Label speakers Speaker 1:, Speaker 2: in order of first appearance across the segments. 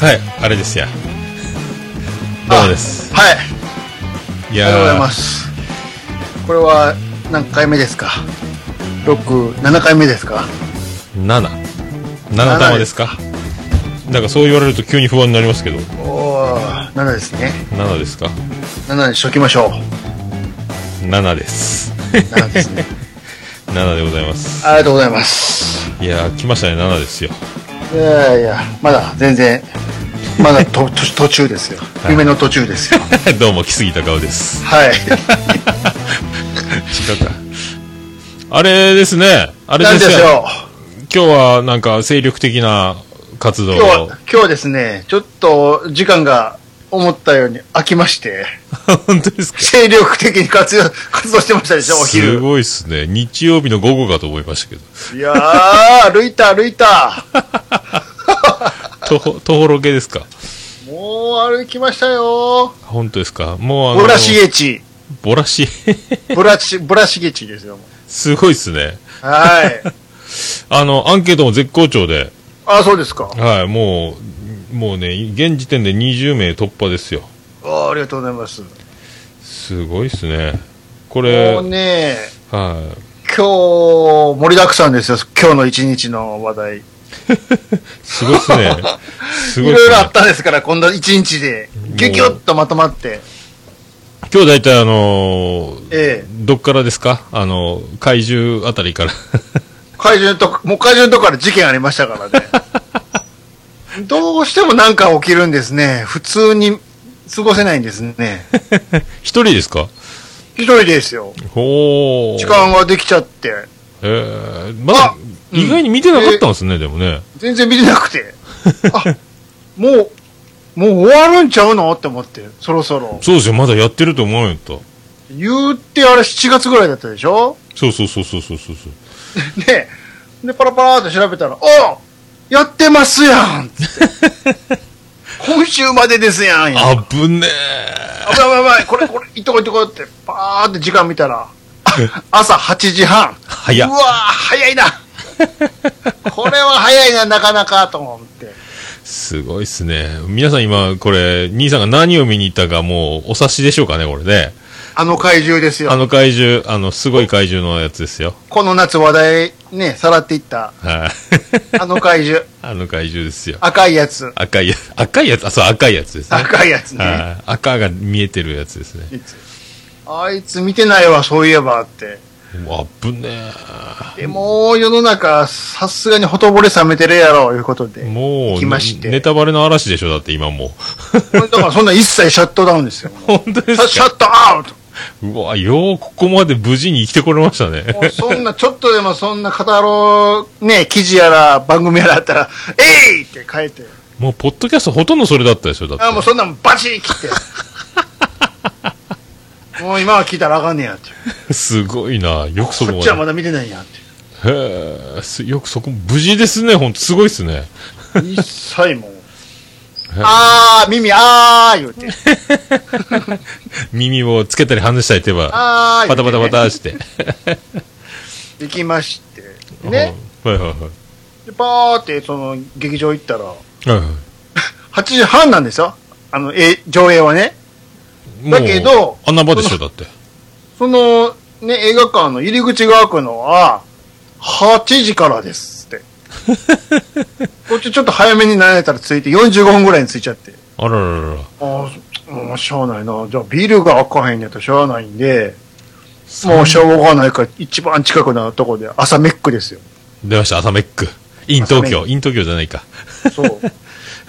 Speaker 1: はい、あれ ですや。どうもです。
Speaker 2: は
Speaker 1: い
Speaker 2: い。ありがとうござい
Speaker 1: や
Speaker 2: ま
Speaker 1: ー、
Speaker 2: す。これは何回目ですか ?6、7回目ですか
Speaker 1: 7。7玉ですかなんかそう言われると急に不安になりますけど、
Speaker 2: おー、7ですね。
Speaker 1: 7ですか
Speaker 2: 7にしときましょう。
Speaker 1: ?7 です。
Speaker 2: 7です ね。
Speaker 1: 7でございます。
Speaker 2: ありがとうございます。
Speaker 1: いやー、来ましたね、7ですよ。
Speaker 2: いやいや、まだ全然、まだとと途中ですよ。夢の途中ですよ。
Speaker 1: どうも、来すぎた顔です。
Speaker 2: はい。
Speaker 1: 違うか。あれですね、あれ
Speaker 2: なん
Speaker 1: で
Speaker 2: ですす
Speaker 1: よ。
Speaker 2: よ。
Speaker 1: 今日はなんか精力的な活動
Speaker 2: 今日は
Speaker 1: を。、
Speaker 2: 今日はですね、ちょっと時間が思ったように空きまして、
Speaker 1: 本当ですか
Speaker 2: 精力的に活用、活動してましたでしょ、お
Speaker 1: す
Speaker 2: 昼。
Speaker 1: ごいっすね。日曜日の午後かと思いましたけど。
Speaker 2: いやー、歩いた歩いた。
Speaker 1: とほ、とほろけですか
Speaker 2: もう歩きましたよ。
Speaker 1: 本当ですかもうあの、
Speaker 2: ブラシゲチ。
Speaker 1: ボラシエ
Speaker 2: ブラシ、ブラシゲチですよ。もう
Speaker 1: すごいっすね。
Speaker 2: はい。
Speaker 1: あの、アンケートも絶好調で、
Speaker 2: あ、そうですか。
Speaker 1: はい、もう、もうね、現時点で20名突破ですよ。
Speaker 2: あありがとうございます。
Speaker 1: すごいっすね。これ、
Speaker 2: も
Speaker 1: は
Speaker 2: う
Speaker 1: い、
Speaker 2: ね、今日、盛りだくさんですよ。今日の一日の話題。い
Speaker 1: すごいっす ね。すごいっ
Speaker 2: ろ
Speaker 1: す
Speaker 2: いろあ
Speaker 1: ね
Speaker 2: っ。たんですから、今度一日で、ギュギュッとまとまって。
Speaker 1: 今日大体あのー
Speaker 2: ええ
Speaker 1: どっからですかあのー、怪獣あたりから。
Speaker 2: 会場のとこ、もう会場のとこから事件ありましたか らね。どうしてもなんか起きるんですね。普通に過ごせないんですね。
Speaker 1: 一人ですか
Speaker 2: 一人ですよ。
Speaker 1: ほー。
Speaker 2: 時間ができちゃって。
Speaker 1: えー、まだ
Speaker 2: あ、
Speaker 1: 意外に見てなかったんですね、でもね。
Speaker 2: 全然見れなく て。あ、もう、もう終わるんちゃうのって思って、そろそろ。
Speaker 1: そうですよ、まだやってると思うよと。
Speaker 2: 言ってあれ7月ぐらいだったでしょ
Speaker 1: そうそうそうそうそうそうそう。
Speaker 2: ねで、パラパラーって調べたら、おやってますやん つって今週までですやんや。
Speaker 1: あぶね
Speaker 2: あばいやばいやばい、これこれ、いっとこいっとこいって、パーって時間見 たら、あ朝8時半。
Speaker 1: 早っ
Speaker 2: うわー、早いな。これは早いな、なかなかと思って。
Speaker 1: え。すごいっすね。皆さん今、これ、兄さんが何を見に行ったかもうお察しでしょうかね、これね。
Speaker 2: あの怪獣ですよ
Speaker 1: あ。の怪獣、あの、すごい怪獣のやつですよ。
Speaker 2: この夏話題ね、さらっていった、
Speaker 1: はい。
Speaker 2: あの怪獣、
Speaker 1: あの怪獣ですよ。
Speaker 2: 赤いやつ、
Speaker 1: 赤いやつ、赤いやつ、あ、そう、赤いやつですね。
Speaker 2: 赤いやつね。
Speaker 1: はい。赤が見えてるやつですね。
Speaker 2: いつあいつ見てないわ、そういえばって。
Speaker 1: あぶね
Speaker 2: でも、世の中、さすがにほとぼれ冷めてるやろ、いうことで。
Speaker 1: え。もう、
Speaker 2: 行きまして。
Speaker 1: ネタバレの嵐でしょ、だって今もう。
Speaker 2: だからそんな一切シャットダウンですよ。
Speaker 1: 本当ですか
Speaker 2: シャットアウト
Speaker 1: うわ、ようここまで無事に生きてこれましたね。
Speaker 2: もうそんな、ちょっとでもそんな語ろう、ね、記事やら、番組やらあったら、えいって書いて、
Speaker 1: もう、ポッドキャストほとんどそれだったでしょ、だって。
Speaker 2: あもうそんなんバチー 切って。もう今は聞いたらあかんねやって。
Speaker 1: すごいな。よくそこま
Speaker 2: こっ
Speaker 1: で
Speaker 2: ちは。まだ見てないやって。
Speaker 1: へえすよくそこ、無事ですね、ほんと。すごいっすね。
Speaker 2: 一切もう。あー、耳あー言う て。
Speaker 1: 耳をつけたり外したりってば、
Speaker 2: あー
Speaker 1: バタバタバタして。
Speaker 2: 行きまして。ね。
Speaker 1: うん。はいはいはい。
Speaker 2: で、パーって、その、劇場行ったら、
Speaker 1: はいは
Speaker 2: 8時半なんですよ。あの、え、上映はね。
Speaker 1: い。
Speaker 2: だけど
Speaker 1: もう穴場でしょ、だって。
Speaker 2: その、ね、映画館の入り口が開くのは、8時からで すって。こっちちょっと早めに慣れたらついて、45分ぐらいに着いちゃって。
Speaker 1: あらららら。
Speaker 2: ああ、もうしゃあないな。じゃあビールが開かへんねやったらしゃあないんで、もうしょうがないから、一番近くのとこで、朝メックですよ。
Speaker 1: 出ました、朝メック。イン東
Speaker 2: 朝メッ
Speaker 1: 京。イン東京じゃないか。
Speaker 2: そう。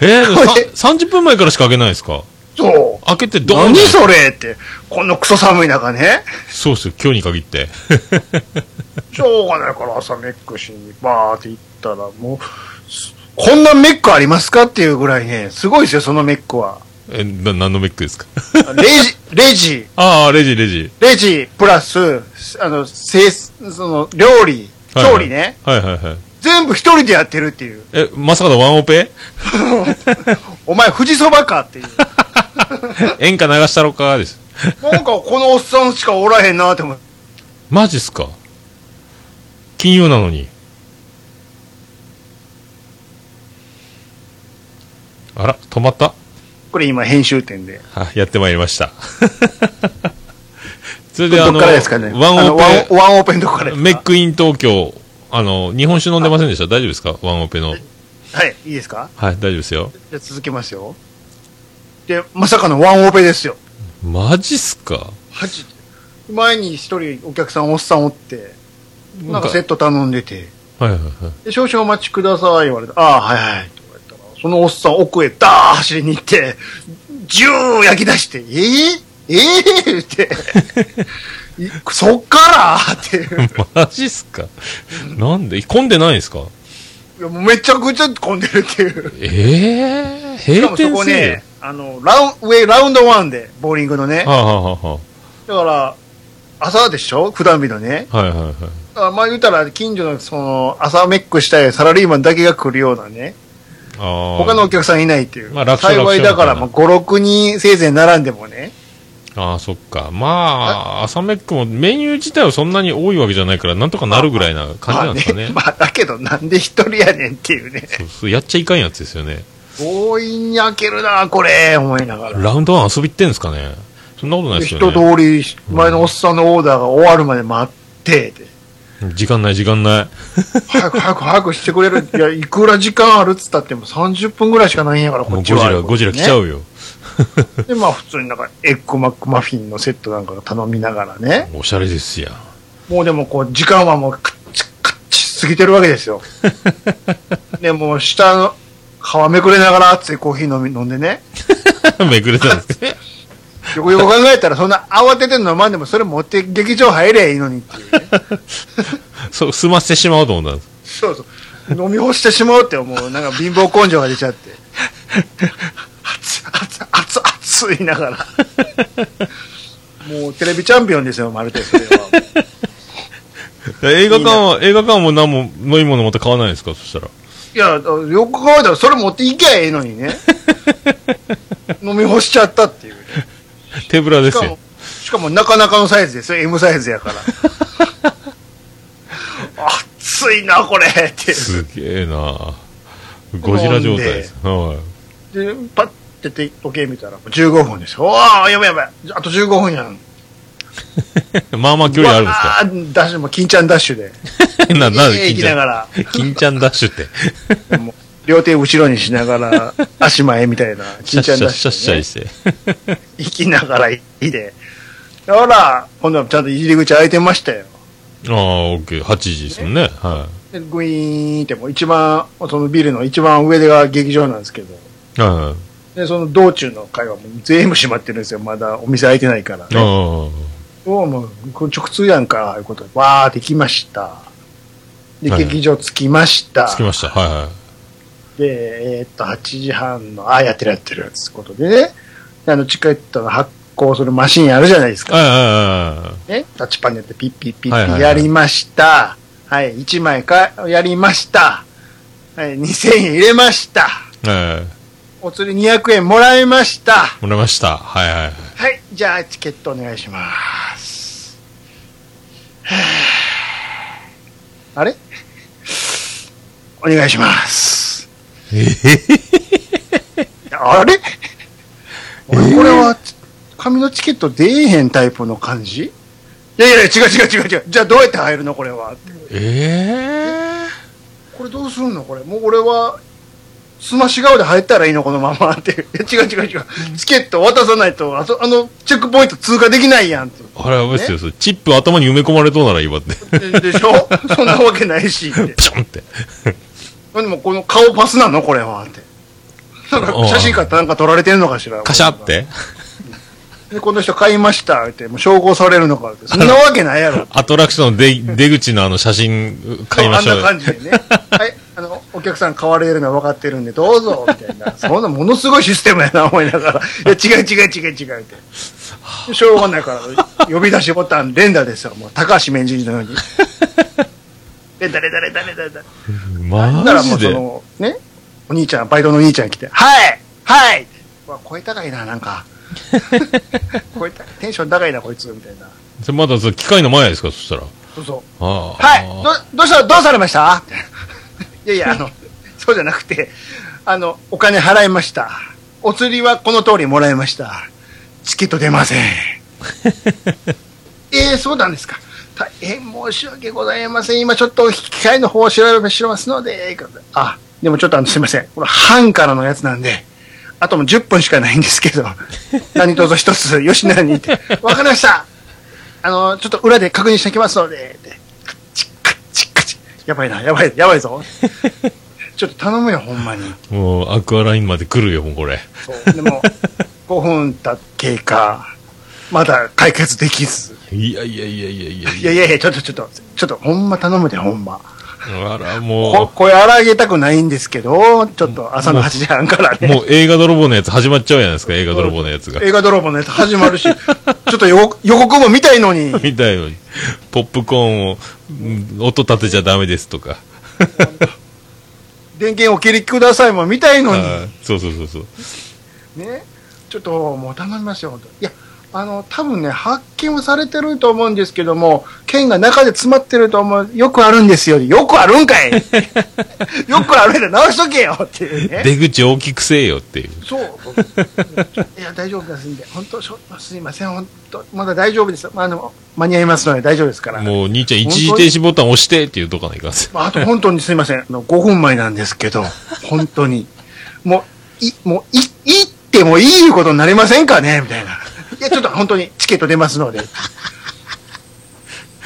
Speaker 1: えー、でも
Speaker 2: これ
Speaker 1: さ30分前からしか開けないですか
Speaker 2: そう。
Speaker 1: 開けてどう
Speaker 2: 何それって、このクソ寒い中ね。
Speaker 1: そうっすよ、今日に限って。
Speaker 2: しょうがないから朝メックしにバーって行ったらもう、すこんなメックありますかっていうぐらいね、すごいですよ、そのメックは。
Speaker 1: え、な、何のメックですか
Speaker 2: レジ、 レジ、
Speaker 1: ああ、レジレジ。
Speaker 2: レジ、プラス、あの、せい、その、料理、
Speaker 1: はいはい
Speaker 2: 調理ね、。
Speaker 1: はいはいはい。
Speaker 2: 全部一人でやってるっていう。
Speaker 1: え、まさかのワンオペ
Speaker 2: お前、富士そばかって いう。
Speaker 1: 演歌流したろかです。
Speaker 2: なんか、このおっさんしかおらへんなって思う。
Speaker 1: マジっすか金曜なのに。あら、止まった
Speaker 2: これ今編集点で。
Speaker 1: あやってまいりました。 それで、
Speaker 2: ど
Speaker 1: あ
Speaker 2: っ
Speaker 1: の、
Speaker 2: からですかね
Speaker 1: ワン
Speaker 2: あの
Speaker 1: オ
Speaker 2: ワン
Speaker 1: ペ、
Speaker 2: ワンオペのとこからですか
Speaker 1: メックイン東京、あの、日本酒飲んでませんでした大丈夫ですかワンオペの。はい、
Speaker 2: はい、いいですか
Speaker 1: 大丈夫ですよ。
Speaker 2: じゃあ続けますよ。で、まさかのワンオペですよ。
Speaker 1: マジっすか
Speaker 2: マジで前に一人お客さんおっさんおって、なんかセット頼んでて、
Speaker 1: はいはいはい。
Speaker 2: で少々お待ちください言われた。ああ、はいはい。って言われたら、そのおっさん奥へダー走りに行って、ジュー焼き出して、ええええ って。いそっからっていう。
Speaker 1: マジっすかなんで混んでないんですか
Speaker 2: いやもうめちゃくちゃ混んでるっていう。
Speaker 1: ええー、
Speaker 2: しか
Speaker 1: 閉
Speaker 2: も
Speaker 1: 店
Speaker 2: そこ
Speaker 1: セール
Speaker 2: ね、あの、ラウン、上ラウンドワンで、ボーリングのね。
Speaker 1: はあ、はあはあは
Speaker 2: だから、朝でしょ普段日のね。
Speaker 1: あ、はいはいはい。
Speaker 2: あまあ言うたら、近所のその、朝メックしたいサラリーマンだけが来るようなね。
Speaker 1: あー
Speaker 2: 他のお客さんいないっていう。
Speaker 1: まあ楽勝
Speaker 2: 幸いだから、
Speaker 1: 楽
Speaker 2: まあ
Speaker 1: 勝
Speaker 2: 5、6人せいぜい並んでもね。
Speaker 1: ああ、そっか。まあ、朝メックもメニュー自体はそんなに多いわけじゃないから、なんとかなるぐらいな感じなんですかね。
Speaker 2: まあ、だけどなんで一人やねんっていうね。
Speaker 1: そうそうやっちゃいかんやつですよね。
Speaker 2: 強引に開けるな、これ、思いながら。
Speaker 1: ラウンドワン遊び行ってんですかね。そんなことないですよ
Speaker 2: 一
Speaker 1: ね。
Speaker 2: 通り、前のおっさんのオーダーが終わるまで待って、で
Speaker 1: 時間ない時間ない。
Speaker 2: 早く早く早くしてくれる。いや、いくら時間あるっつったっても30分ぐらいしかないんやから、
Speaker 1: もう
Speaker 2: こ
Speaker 1: ゴ
Speaker 2: っ
Speaker 1: ジ
Speaker 2: ち
Speaker 1: ラ、
Speaker 2: は。
Speaker 1: ゴジラ来ちゃ
Speaker 2: う。
Speaker 1: うよ。
Speaker 2: で、まあ普通になんか、エッグマックマフィンのセットなんか頼みながらね。
Speaker 1: おしゃれですやん。
Speaker 2: もうでもこう、時間はもうカッチカッチ過ぎてるわ けですよ。で、もう下の皮めくれながら熱いコーヒー飲み、飲ん でね。
Speaker 1: めくれたんですね。
Speaker 2: よくよく考えたら、そんな慌てて飲まんでもそれ持って劇場入れいいのにっていう、ね。
Speaker 1: そう、済ませてしまおうと思ったんです。
Speaker 2: そうそう。飲み干してしまうって思う。なんか貧乏根性が出ちゃって。熱、熱、熱、熱言いながら。もうテレビチャンピオンですよ、まるでそれは。
Speaker 1: 映画館は、映画館も何も飲み物また買わないんですかそしたら。
Speaker 2: いや、よく考えたらそれ持っていきゃええのにね。飲み干しちゃったっていうね、
Speaker 1: 手ぶらで
Speaker 2: し
Speaker 1: す
Speaker 2: か
Speaker 1: よ
Speaker 2: も。、しかもなかなかのサイズですよ。M サイズやから。熱いな、これっていう。
Speaker 1: すげえなゴジラ状態です。は
Speaker 2: で、パッてて時計見たら、15分ですよ。わあ、やばいやばい。あと15分やん。
Speaker 1: い。 まあまあ距離あるんです
Speaker 2: るんですかダッシュ、もう、金ちゃんダッシュで。
Speaker 1: かな、なん
Speaker 2: え
Speaker 1: で金
Speaker 2: ー行き
Speaker 1: ち
Speaker 2: な
Speaker 1: ゃん。
Speaker 2: が
Speaker 1: 金ちゃんダッシュって。
Speaker 2: ら、もう両手後ろにしながら、足前みたいな、
Speaker 1: シャ
Speaker 2: 金
Speaker 1: ッ
Speaker 2: ち
Speaker 1: シ
Speaker 2: ゃ
Speaker 1: ャ
Speaker 2: んダ
Speaker 1: ッ
Speaker 2: ッ
Speaker 1: シャッ
Speaker 2: シ
Speaker 1: シャ
Speaker 2: ュ
Speaker 1: ッ
Speaker 2: で、ね。
Speaker 1: して。
Speaker 2: 行きながらいいで。ほら、今度はちゃんと入り口開いてましたよ。
Speaker 1: ああ、オッケー。8時ですもんね。は
Speaker 2: でグイーンって、もう一番、そのビルの一番上が劇場なんですけど、
Speaker 1: い。は
Speaker 2: で、その道中の会話も全部閉まってるんですよ。まだお店開いてないから、
Speaker 1: い。
Speaker 2: ね。
Speaker 1: ああ。
Speaker 2: おうもう、これ直通やんか、ああいうことで。わーって来ました。で、
Speaker 1: はい
Speaker 2: 劇場着きました。
Speaker 1: 着きました。はいはい。
Speaker 2: で、えーっと、8時半の、ああ、やってるやってる、つうことでね。であの、チケットの発行するマシンあるじゃないですか。
Speaker 1: ああ、
Speaker 2: ね。タッチパネルでピッピッピ
Speaker 1: はい
Speaker 2: ッ
Speaker 1: はい
Speaker 2: ピ
Speaker 1: は
Speaker 2: ッ
Speaker 1: い
Speaker 2: やりました。はい、1枚か、やりました。はい、2000円入れました。
Speaker 1: ええ
Speaker 2: お釣り200円もらいました。
Speaker 1: もらいました。はいはい。
Speaker 2: はい、じゃあチケットお願いします。はぁあれお願いします。あれこれは、紙のチケット出えへんタイプの感じいやいや、違う違う違う違う。じゃあどうやって入るのこれは。
Speaker 1: え
Speaker 2: これどうすんのこれ。もう俺は、すまし顔で入ったらいいのこのままって いう。いや違う違う違う。チケット渡さないと、あそあの、チェックポイント通過できないやんって。
Speaker 1: えあれ、あれですよ。それチップ頭に埋め込まれとうなら今って。
Speaker 2: ででしょ そんなわけないしって
Speaker 1: プ。ションって。
Speaker 2: でもこの顔パスなのこれはって。なん
Speaker 1: おう
Speaker 2: か写真かなんか撮られてんのかしら
Speaker 1: カシャって。
Speaker 2: でこの人買いましたって、もう称号されるのかって。そんなわけないやろ。
Speaker 1: アトラクションの出出口のあの写真買いましょ
Speaker 2: あ
Speaker 1: うんよ
Speaker 2: な。感 じでね。はい。あの、お客さん買われるのは分かってるんで、どうぞ、みたいな。そんなものすごいシステムやな、思いなが ら。いや、違う違う違う違うって。でしょうがないから、呼び出しボタン連打ですよ。もう、高橋名人のよ うに。連打連打連打連打連打。だか
Speaker 1: マ
Speaker 2: らも
Speaker 1: ジ
Speaker 2: うそ
Speaker 1: で。
Speaker 2: の、ね、お兄ちゃん、バイトのお兄ちゃん来て、はいはいわ、声高いな、な んか。声高いテンション高いな、こいつ、みたいな。
Speaker 1: それまだそれ機械の前ですかそしたら。
Speaker 2: そうそう。
Speaker 1: ああ。
Speaker 2: はいど、どうしたどうされましたいやいや、あの、そうじゃなくて、あの、お金払いました。お釣りはこの通りもらいました。チケット出ません。えー、そうなんですか。大変申し訳ございません。今ちょっと引き換えの方を調べしますので、あ、でもちょっとあの、すいません。これ、半からのやつなんで、あともう10分しかないんですけど、何卒一つ、吉野にって、わかりましたあの、ちょっと裏で確認してきますので、ってカチッカチッカチッやばいな、やばい、やばいぞ。ちょっと頼むよ、ほんまに。
Speaker 1: もう、アクアラインまで来るよ、もうこれ。
Speaker 2: そう でも、5分た経過、まだ解決できず。
Speaker 1: いやいやいやいやいや
Speaker 2: いやいやいや、ちょっとちょっと、ちょっと、ほんま頼むで、ほんま。
Speaker 1: あら、
Speaker 2: こ
Speaker 1: も
Speaker 2: 声荒げたくないんですけど、ちょっと朝の8時半から
Speaker 1: う、
Speaker 2: ね。
Speaker 1: もう映画泥棒のやつ始まっちゃうじゃないですか、映画泥棒のやつが。
Speaker 2: 映画泥棒のやつ始まるし、ちょっと予告予告も見たいのに、
Speaker 1: みたいのに、ポップコーンを、うん音立てちゃダメですとか。
Speaker 2: 電源お切りくださいも見たいのに、
Speaker 1: あーそうそうそうそう。
Speaker 2: ね、ちょっともう頼みますよ、本当いや、あの、多分ね、発見をされてると思うんですけども、剣が中で詰まってると思う、よくあるんですよ、よくあるんかいよくあるんだ、直しとけよっていうね。
Speaker 1: 出口大きくせえよっていう。
Speaker 2: そう。いや、大丈夫ですんで、本当、しょすいません、本当、まだ大丈夫です。まあ、あの、間に合いますので大丈夫ですから。
Speaker 1: もう、兄ちゃん一時停止ボタン押してっていうとかないかんせん。
Speaker 2: まあ、あと本当にすいません。あの、5分前なんですけど、本当に。もう、い、もう、い、いってもいいことになりませんかねみたいな。いや、ちょっと本当にチケット出ますので。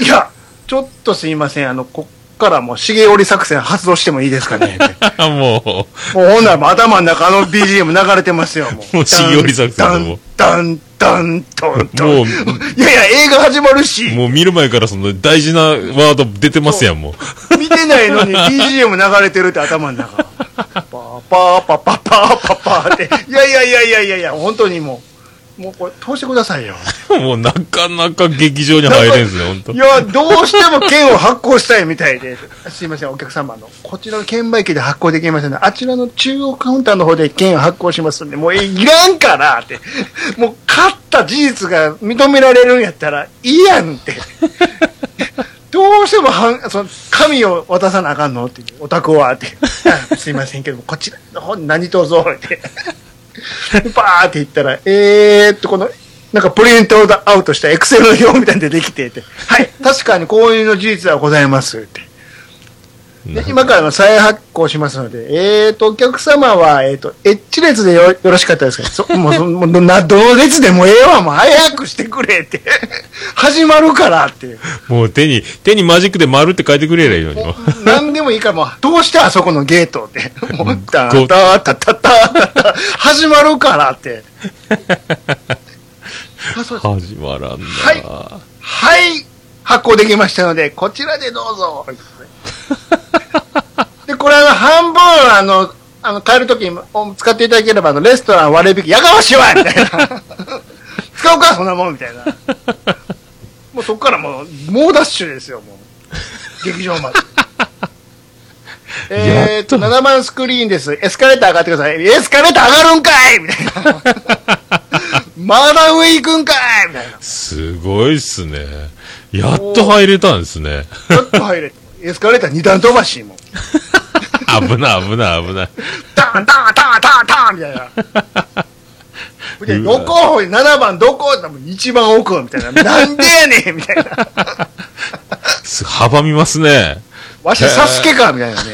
Speaker 2: いや、ちょっとすいません。あの、こっからもう、重織作戦発動してもいいですかね
Speaker 1: も
Speaker 2: もうほんならもう頭の中あの BGM 流れてますよ。も
Speaker 1: もう重織作戦だ
Speaker 2: だ
Speaker 1: も
Speaker 2: も
Speaker 1: う
Speaker 2: う。ダン、ダン、ダン、ダン。
Speaker 1: もう
Speaker 2: いやいや、映画始まるし
Speaker 1: う、。もう見る前からその大事なワード出てますやん、もう。
Speaker 2: 見てないのに BGM 流れてるって頭の中。パーパーパーパーパーパーパーって。いやいやいやいやいやいや、本当にもう。もうこれ通してくださいよ。
Speaker 1: もうなかなか劇場に入れんすね、ほんと
Speaker 2: い。や、どうしても券を発行したいみたいで。 すいません、お客様あの。こちらの券売機で発行できませんので、あちらの中央カウンターの方で券を発行しますんで、もういらんからって。もう勝った事実が認められるんやったら、いいやんって。 どうしてもはんその紙を渡さなあかんのっていう、お宅はって。 あすいませんけども、こちらの方に何とぞって。バーって言ったら、えーっと、この、なんかプリントアウトしたエクセルの表みたいなの出てきてって、はい、確かにこういうの事実はございますって。で今からの再発行しますので、えーと、お客様は、えーと、エッチ列でよよろしかったですかそもうそ、もう、な、どの列でもええわ、もう早くしてくれって。始まるからっていう。
Speaker 1: もう手に、手にマジックで丸って書いてくれりゃいいのにもう。
Speaker 2: 何でもいいから、もう、どうしてあそこのゲートって。もう、た
Speaker 1: こう
Speaker 2: たたたたた、始まるからって。あそうで す
Speaker 1: 始まらんな、
Speaker 2: ははい、発行できましたので、こちらでどうぞ。で、これあの、半分、あの、あの、買えるときにお使っていただければ、あの、レストラン割引、やかましいわみたい な。使うか、そんなもん、みたいな。もうそこからもう、猛ダッシュですよ、もう。劇場まで。 えーっと、7番スクリーンです。エスカレーター上がってください。エスカレーター上がるんかいみ たいな。まだ上行くんかいみたいな。
Speaker 1: すごいっすね。やっと入れたんですね。
Speaker 2: ちょっと入れて、エスカレーター二段飛ばしも、
Speaker 1: 危ない危ない危ない。
Speaker 2: ダンダンダンダンダンみたいな。で、どこ、7番どこもう一番奥みたいな。なんでやねんみたいな。
Speaker 1: す阻みますね。
Speaker 2: わし、サスケかみたいなね。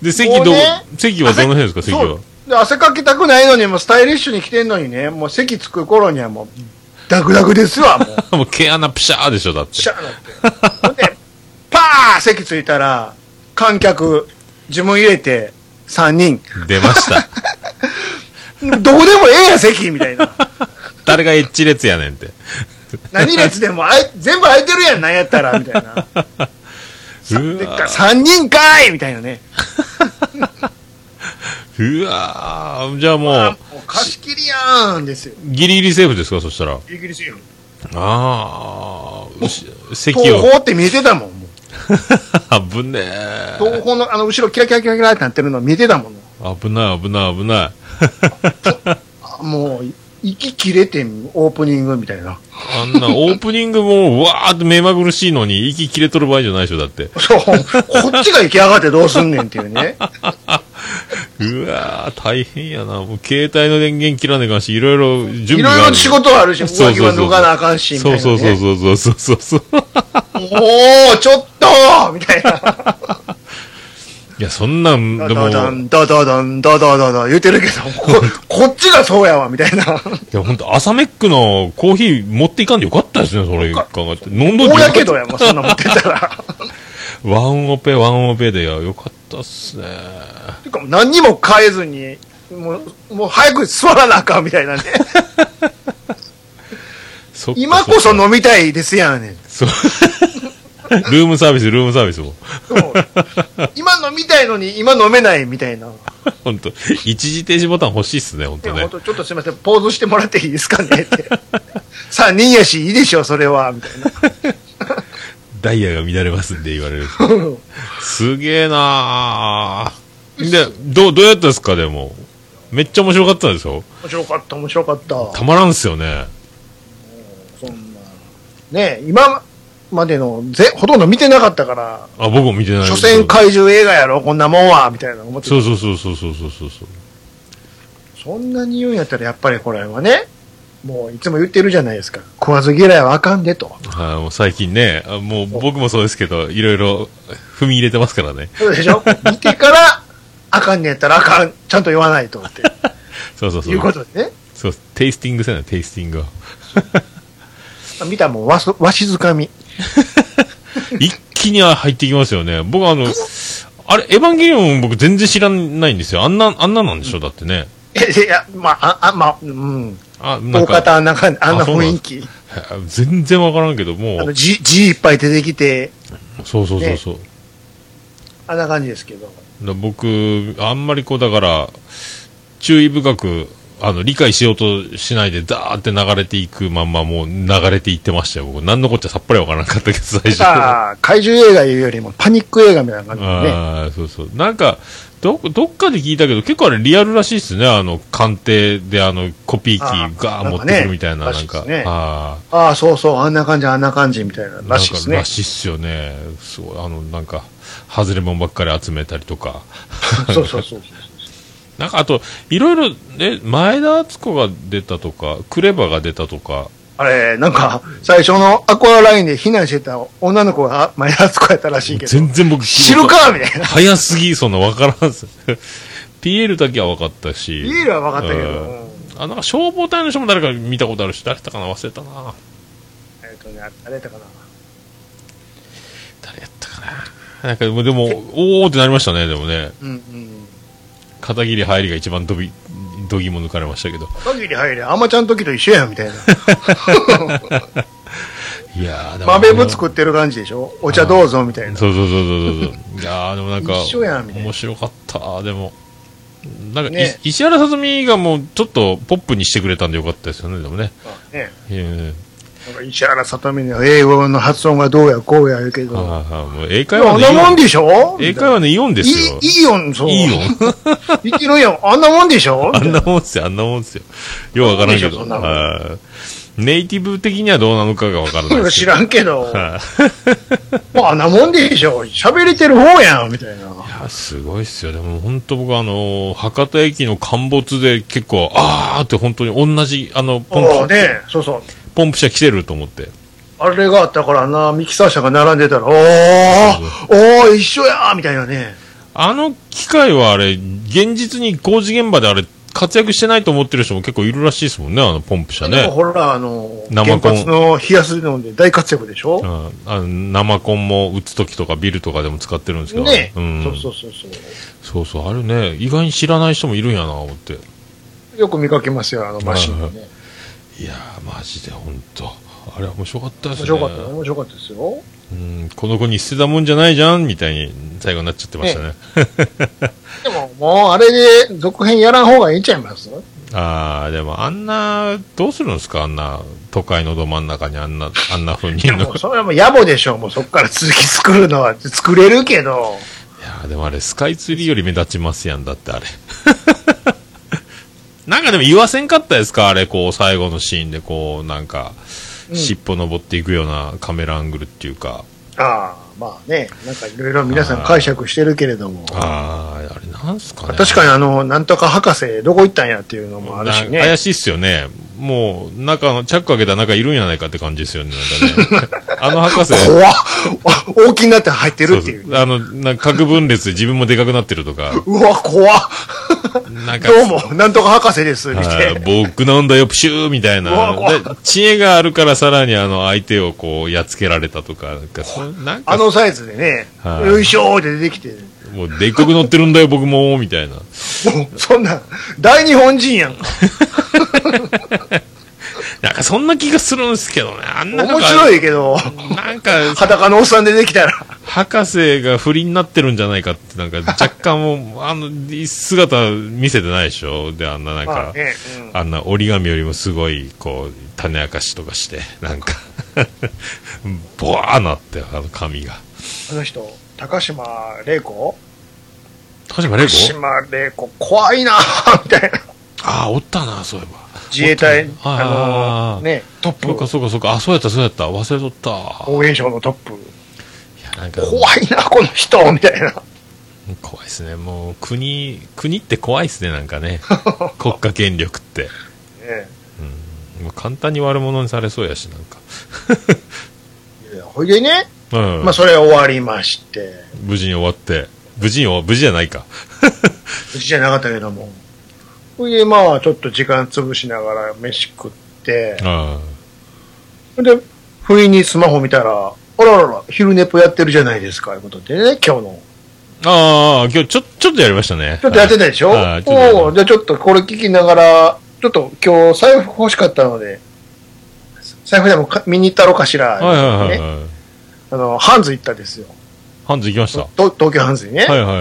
Speaker 1: で、席ど
Speaker 2: もう
Speaker 1: こ
Speaker 2: ね、
Speaker 1: 席はどの辺ですか、席
Speaker 2: そ
Speaker 1: は
Speaker 2: う。。で汗かきたくないのに、もうスタイリッシュに来てんのにね、もう席着く頃にはもう、ダクダクですわ、もう。
Speaker 1: もう毛穴プシャーでしょ、だって。
Speaker 2: シャーなって。ほんで、パー席着いたら、観客、自分入れて、3人。
Speaker 1: 出ました。
Speaker 2: どこでもええやん、席みたいな。
Speaker 1: 誰がエッチ列やねん って。
Speaker 2: 何列でもあい全部空いてるやん、なんやったら、みたいな。
Speaker 1: う
Speaker 2: でっ
Speaker 1: わ
Speaker 2: か3人かいみたいなね。
Speaker 1: うわーじゃあも
Speaker 2: あ
Speaker 1: う、
Speaker 2: もう貸し切りやんですよ。
Speaker 1: ギリギリセーフですか、そしたら。
Speaker 2: イギリスよ。
Speaker 1: ああ、うし席
Speaker 2: 東
Speaker 1: を。
Speaker 2: 宝って見えてたもん。もう
Speaker 1: 危ねえ。
Speaker 2: 東宝のあの後ろキラキラキラキラってなってるの見えてたもん。
Speaker 1: 危ない危ない危ない。
Speaker 2: あもう、息切れてん、オープニングみたいな。
Speaker 1: あんな、オープニングも、わーって目まぐるしいのに、息切れとる場合じゃないでしょ、だって。
Speaker 2: そう、こっちが行き上がってどうすんねんっていう ね。
Speaker 1: うわー、大変やな。もう、携帯の電源切らねえかんし、いろいろ準
Speaker 2: い
Speaker 1: 備がある。
Speaker 2: ろいろ仕事はあるし、
Speaker 1: そうそう
Speaker 2: 上着
Speaker 1: そう
Speaker 2: は脱がなあかんし、みたい
Speaker 1: そ
Speaker 2: な、
Speaker 1: う
Speaker 2: ね。
Speaker 1: そうそうそうそうそうそう。
Speaker 2: おー、ちょっとみたいな。
Speaker 1: いや、そんなん、
Speaker 2: ダ
Speaker 1: でも、
Speaker 2: ダ
Speaker 1: い
Speaker 2: ダン、ダダダン、ダダダダン言ってるけど、 ここっちがそうやわ、みたいな。
Speaker 1: や、ほんと、朝メックのコーヒー持っていかんでよかったですね、それ考えて。飲んどいて
Speaker 2: 大
Speaker 1: よか
Speaker 2: や
Speaker 1: っ
Speaker 2: けどやもん、そんな持ってたら。
Speaker 1: たワンオペ、ワンオペで、いや、よかったっすね。
Speaker 2: てか、何にも変えずに、もう、もう早く座らなあかん、みたい なね。
Speaker 1: そっか
Speaker 2: 今こそ飲みたいですやんねん。
Speaker 1: そっかそう。 ルームサービス、ルームサービスも。
Speaker 2: そう今飲みたいのに、今飲めない、みたいな。
Speaker 1: ほんと、一時停止ボタン欲しいっすね、ほん
Speaker 2: いや
Speaker 1: とね
Speaker 2: 本。当ちょっとすみません、ポーズしてもらっていいですかねって。3人やし、いいでしょ、それは、みたいな。
Speaker 1: ダイヤが乱れますんで言われる。すげえなーで、どう、どうやったですか、でも。めっちゃ面白かったでしょ
Speaker 2: 面白かった、面白かった。
Speaker 1: たまらんっすよね。
Speaker 2: そんな。ねえ今までのぜ、ほとんど見てなかったから、
Speaker 1: あ、僕も見てない
Speaker 2: 所詮怪獣映画やろ、こんなもんは、みたいな思って
Speaker 1: そ
Speaker 2: た
Speaker 1: うそうそうそうそうそうそうそう。
Speaker 2: そんなに言うんやったら、やっぱりこれはね、もういつも言ってるじゃないですか。食わず嫌いはあかんでと。
Speaker 1: はい、もう最近ね、あもう僕もそうですけど、いろいろ踏み入れてますからね。
Speaker 2: そうで しょ見てから、あかんねやったらあかん、ちゃんと言わないと、って
Speaker 1: そうそうそ
Speaker 2: いうこ
Speaker 1: う。
Speaker 2: とでね。
Speaker 1: そう、テイスティングせな、テイスティングを。
Speaker 2: 見たもんわす、わしづかみ。
Speaker 1: 一気に入ってきますよね。僕あの、あれ、エヴァンゲリオン僕全然知らないんですよ。あんな、あんななんでしょ、だってね。
Speaker 2: えいや、まあ、あ、あまあ、うん。
Speaker 1: あ、な
Speaker 2: 大
Speaker 1: んか、
Speaker 2: 方あんな感じ、あんな
Speaker 1: あそうなん
Speaker 2: 雰
Speaker 1: で
Speaker 2: 囲
Speaker 1: す
Speaker 2: 気。
Speaker 1: 全然わからんけど、も
Speaker 2: あの、
Speaker 1: う、
Speaker 2: じ、じいっぱい出てきて、
Speaker 1: そうそうそうそう。
Speaker 2: あんな感じですけど。
Speaker 1: だ僕、あんまりこう、だから、注意深く、あの、理解しようとしないで、ダーって流れていくまんま、もう流れていってましたよ、僕。何のこっちゃさっぱりわからなかったけど、最初。
Speaker 2: ああ、怪獣映画いうよりもパニック映画みたいな感じでね。
Speaker 1: ああ、そうそう。なんか、ど、どっかで聞いたけど、結構あれリアルらしいっすね。あの、鑑定で、あの、コピー機
Speaker 2: あー
Speaker 1: ガー
Speaker 2: なん
Speaker 1: 持っ
Speaker 2: かね
Speaker 1: てくるみたいな、
Speaker 2: ら
Speaker 1: な
Speaker 2: しい
Speaker 1: ん
Speaker 2: っす
Speaker 1: か、
Speaker 2: ね
Speaker 1: あ
Speaker 2: ああ、そうそう、あんな感じ、あんな感じみたいな
Speaker 1: あ、
Speaker 2: らしいです
Speaker 1: なんから
Speaker 2: ね
Speaker 1: ら。しいっすよね。すごい、あの、なんか、外れもんばっかり集めたりとか。
Speaker 2: そうそう そうそう。
Speaker 1: なんか、あと、いろいろ、え、前田敦子が出たとか、クレバが出たとか、
Speaker 2: あれ、なんか、最初のアクアラインで避難してた女の子が前田敦子やったらしいけど。
Speaker 1: 全然僕、
Speaker 2: 知るかみたいな。
Speaker 1: 早すぎ、そんなわからんっ す。ピエールだけは分かったし。
Speaker 2: ビールは分かったけど、
Speaker 1: うん
Speaker 2: うん
Speaker 1: あ、なんか消防隊の人も誰か見たことあるし、誰だったかな忘れたな。
Speaker 2: えっとね、あれだかな。
Speaker 1: 誰やったかな。なんかでも、でもおーってなりましたね、でもね。
Speaker 2: うんうん。
Speaker 1: 片桐入りが一番どび、どぎも抜かれましたけど。
Speaker 2: 限り入れ、あんまちゃん時と一緒やん、み たいな。
Speaker 1: いやー、でも
Speaker 2: 豆ぶ作ってる感じでしょお茶どうぞ、みたいな。
Speaker 1: そうそうそうそうそう そう。いやー、でもなんか、
Speaker 2: 一緒やんみたいな
Speaker 1: 面白かった、でも。なんか、い
Speaker 2: ね
Speaker 1: 石原さとみがもうちょっとポップにしてくれたんでよかったですよね、でもね。
Speaker 2: ね
Speaker 1: うん
Speaker 2: なんか石原さとみの英語の発音がどうやこうや言うけど。
Speaker 1: あーもう英
Speaker 2: い
Speaker 1: 会
Speaker 2: や
Speaker 1: 話
Speaker 2: あ
Speaker 1: の
Speaker 2: んな
Speaker 1: イオ
Speaker 2: もん
Speaker 1: ン
Speaker 2: でしょ
Speaker 1: 英会話のイオンですよ。
Speaker 2: いい、いいよ、そう。
Speaker 1: いいよ。
Speaker 2: いけるやん。あんなもんでしょ
Speaker 1: あんなもんっすよ、あんなもんっすよ。ようわからんけ
Speaker 2: そうでしょ
Speaker 1: ど。
Speaker 2: そんなもん
Speaker 1: はいネイティブ的にはどうなのかがわからないです
Speaker 2: 知
Speaker 1: けど。
Speaker 2: らんけど。
Speaker 1: はい
Speaker 2: もうあんなもんでしょ喋れてる方やん、みたいな。
Speaker 1: いやすごいっすよ。でも本当僕あの、博多駅の陥没で結構、あーって本当に同じ、あの、ポ
Speaker 2: そ
Speaker 1: ン
Speaker 2: う
Speaker 1: プ、
Speaker 2: ね。そうそう。
Speaker 1: ポンプ車来てると思って。
Speaker 2: あれがあったからな、ミキサー車が並んでたら、おー、おー、一緒やみたいなね。
Speaker 1: あの機械はあれ、現実に工事現場であれ、活躍してないと思ってる人も結構いるらしいですもんね、あのポンプ車
Speaker 2: でも
Speaker 1: ね。
Speaker 2: ほら、あの、
Speaker 1: 生
Speaker 2: 原
Speaker 1: コン
Speaker 2: 発の冷やすので大活躍でしょ
Speaker 1: うん、あの生コンも打つ時とかビルとかでも使ってるんですけど
Speaker 2: ね、
Speaker 1: うん、
Speaker 2: そうそうそうそう。
Speaker 1: そうそうあれね意外に知らない人もいるんやな思って
Speaker 2: よく見かけますよ、あのマシンがね。
Speaker 1: いやーマジで本当あれは面白かったです
Speaker 2: 面
Speaker 1: ね
Speaker 2: 白かったよ、面白かったですよ。
Speaker 1: うんこの子に捨てたもんじゃないじゃんみたいに最後になっちゃってましたね
Speaker 2: でも、もうあれで続編やらん方がいいんちゃ います
Speaker 1: ああでもあんなどうするんですかあんな都会のど真ん中にあんなあんな風にいるのい
Speaker 2: もうそれはもう野暮でしょ、もうそこから続き作るのは作れるけど、
Speaker 1: やーでもあれスカイツリーより目立ちますやんだってあれ なんかでも言わせんかったですかあれ、こう、最後のシーンで、こう、なんか、
Speaker 2: うん
Speaker 1: 尻尾登っていくようなカメラアングルっていうか。
Speaker 2: ああ、まあね、なんかいろいろ皆さん解釈してるけれども、
Speaker 1: ああ、あれなんすかね。
Speaker 2: 確かにあの、なんとか博士、どこ行ったんやっていうのもあるし
Speaker 1: な
Speaker 2: ね
Speaker 1: 怪。しいっすよね。もう、中の、チャック開けたら中いるんやないかって感じですよね。なん かねあの博士。
Speaker 2: 怖っあ大きになって入って
Speaker 1: そ
Speaker 2: る
Speaker 1: う
Speaker 2: っていう。
Speaker 1: そうあの、なんか核分裂で自分もでかくなってるとか、
Speaker 2: うわ、怖っ
Speaker 1: なんか、
Speaker 2: どうも、なんとか博士です、みたい
Speaker 1: はい
Speaker 2: な。
Speaker 1: 僕なんだよ、プシューみたいう
Speaker 2: わ
Speaker 1: な。
Speaker 2: 怖い
Speaker 1: で知恵があるからさらにあの相手をこう、やっつけられたとか、なんかそう、なんか
Speaker 2: あのサイズでね、
Speaker 1: はい
Speaker 2: よいしょーって出てきて、
Speaker 1: もうでっかく乗ってるんだ よ、僕も、みたいな。
Speaker 2: もうそんな、大日本人やんか。
Speaker 1: なんかそんな気がするんですけどね。あんな
Speaker 2: 面白
Speaker 1: い。
Speaker 2: いけど、
Speaker 1: なんか、
Speaker 2: 裸のおっさん出てきたら、
Speaker 1: 博士が不倫になってるんじゃないかって、なんか若干もう、 あの、姿見せてないでしょで、あんななん
Speaker 2: ま
Speaker 1: か
Speaker 2: あ、ね、うん
Speaker 1: あんな折り紙よりもすごい、こう、種明かしとかして、なんか、 ボワーなって、あの髪が。
Speaker 2: あの人、高島玲子
Speaker 1: 高島玲子
Speaker 2: 高島玲子、怖いなぁ、みたいな。
Speaker 1: ああ、おったな、そういえば。
Speaker 2: 自衛隊
Speaker 1: おっ、たな
Speaker 2: あ
Speaker 1: あ
Speaker 2: の、
Speaker 1: ー
Speaker 2: ね、トップ
Speaker 1: そうか、そうか、そうか。あ、そうやった、そうやった。忘れとった。
Speaker 2: 防衛省のトップ。
Speaker 1: いや、なんか、
Speaker 2: 怖いな、この人みたいな。
Speaker 1: 怖いですね。もう、国、国って怖いですね、なんか ね。国家権力って。
Speaker 2: え
Speaker 1: うん。もう簡単に悪者にされそうやし、なん か。
Speaker 2: えいやほいでね、
Speaker 1: うん。
Speaker 2: まあそれ終わりまして、
Speaker 1: 無事に終わって。無事に終わ、無事じゃない か。
Speaker 2: うちじゃなかったけども。ほいでまあちょっと時間潰しながら飯食って、
Speaker 1: あ
Speaker 2: ほいで、不意にスマホ見たら、あららら、昼寝ぽやってるじゃないですか、いうことでね、今日の。
Speaker 1: あ。ああ、今日ちょ、ちょっとやりましたね。
Speaker 2: ちょっとやってたでしょ
Speaker 1: はいちょっとやりました
Speaker 2: おおうじゃあちょっとこれ聞きながら、ちょっと今日財布欲しかったので、財布でもか見に行ったろうかしら、
Speaker 1: はいはいはい
Speaker 2: ね
Speaker 1: はい。
Speaker 2: あの、ハンズ行ったんですよ。
Speaker 1: ハンズ行きました。は
Speaker 2: 東東京ハンズにね。
Speaker 1: いはいは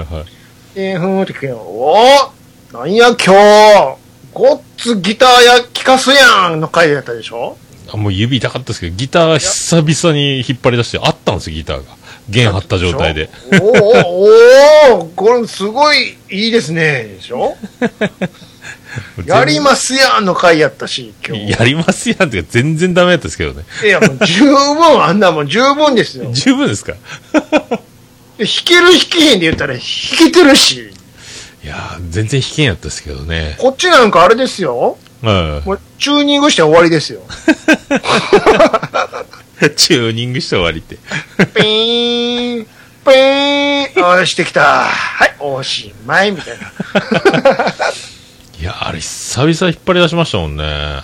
Speaker 1: い。
Speaker 2: で、ふーんって聞くよ。おおなんや今日、ごっつギターや聴かすやんの回やったでしょ
Speaker 1: あもう指痛かったですけど、ギター久々に引っ張り出して、あったんですよ、ギターが。弦張った状態で。。
Speaker 2: おおおおこれすごいいいですね、でしょやりますやんの回やったし、今日。
Speaker 1: やりますやんってか全然ダメだったですけどね。
Speaker 2: いや、もう十分、あんなもん十分ですよ。
Speaker 1: 十分ですか
Speaker 2: で弾ける弾けへんで言ったら弾けてるし、
Speaker 1: いやー、全然弾けんやったですけどね。
Speaker 2: こっちなんかあれですよ。
Speaker 1: うん。
Speaker 2: もうチューニングして終わりですよ。
Speaker 1: チューニングして終わりって。
Speaker 2: ピーン、ピーン、あーしてきた。はい、おしまい、みたいな。
Speaker 1: いやー、あれ久々引っ張り出しましたもんね。 な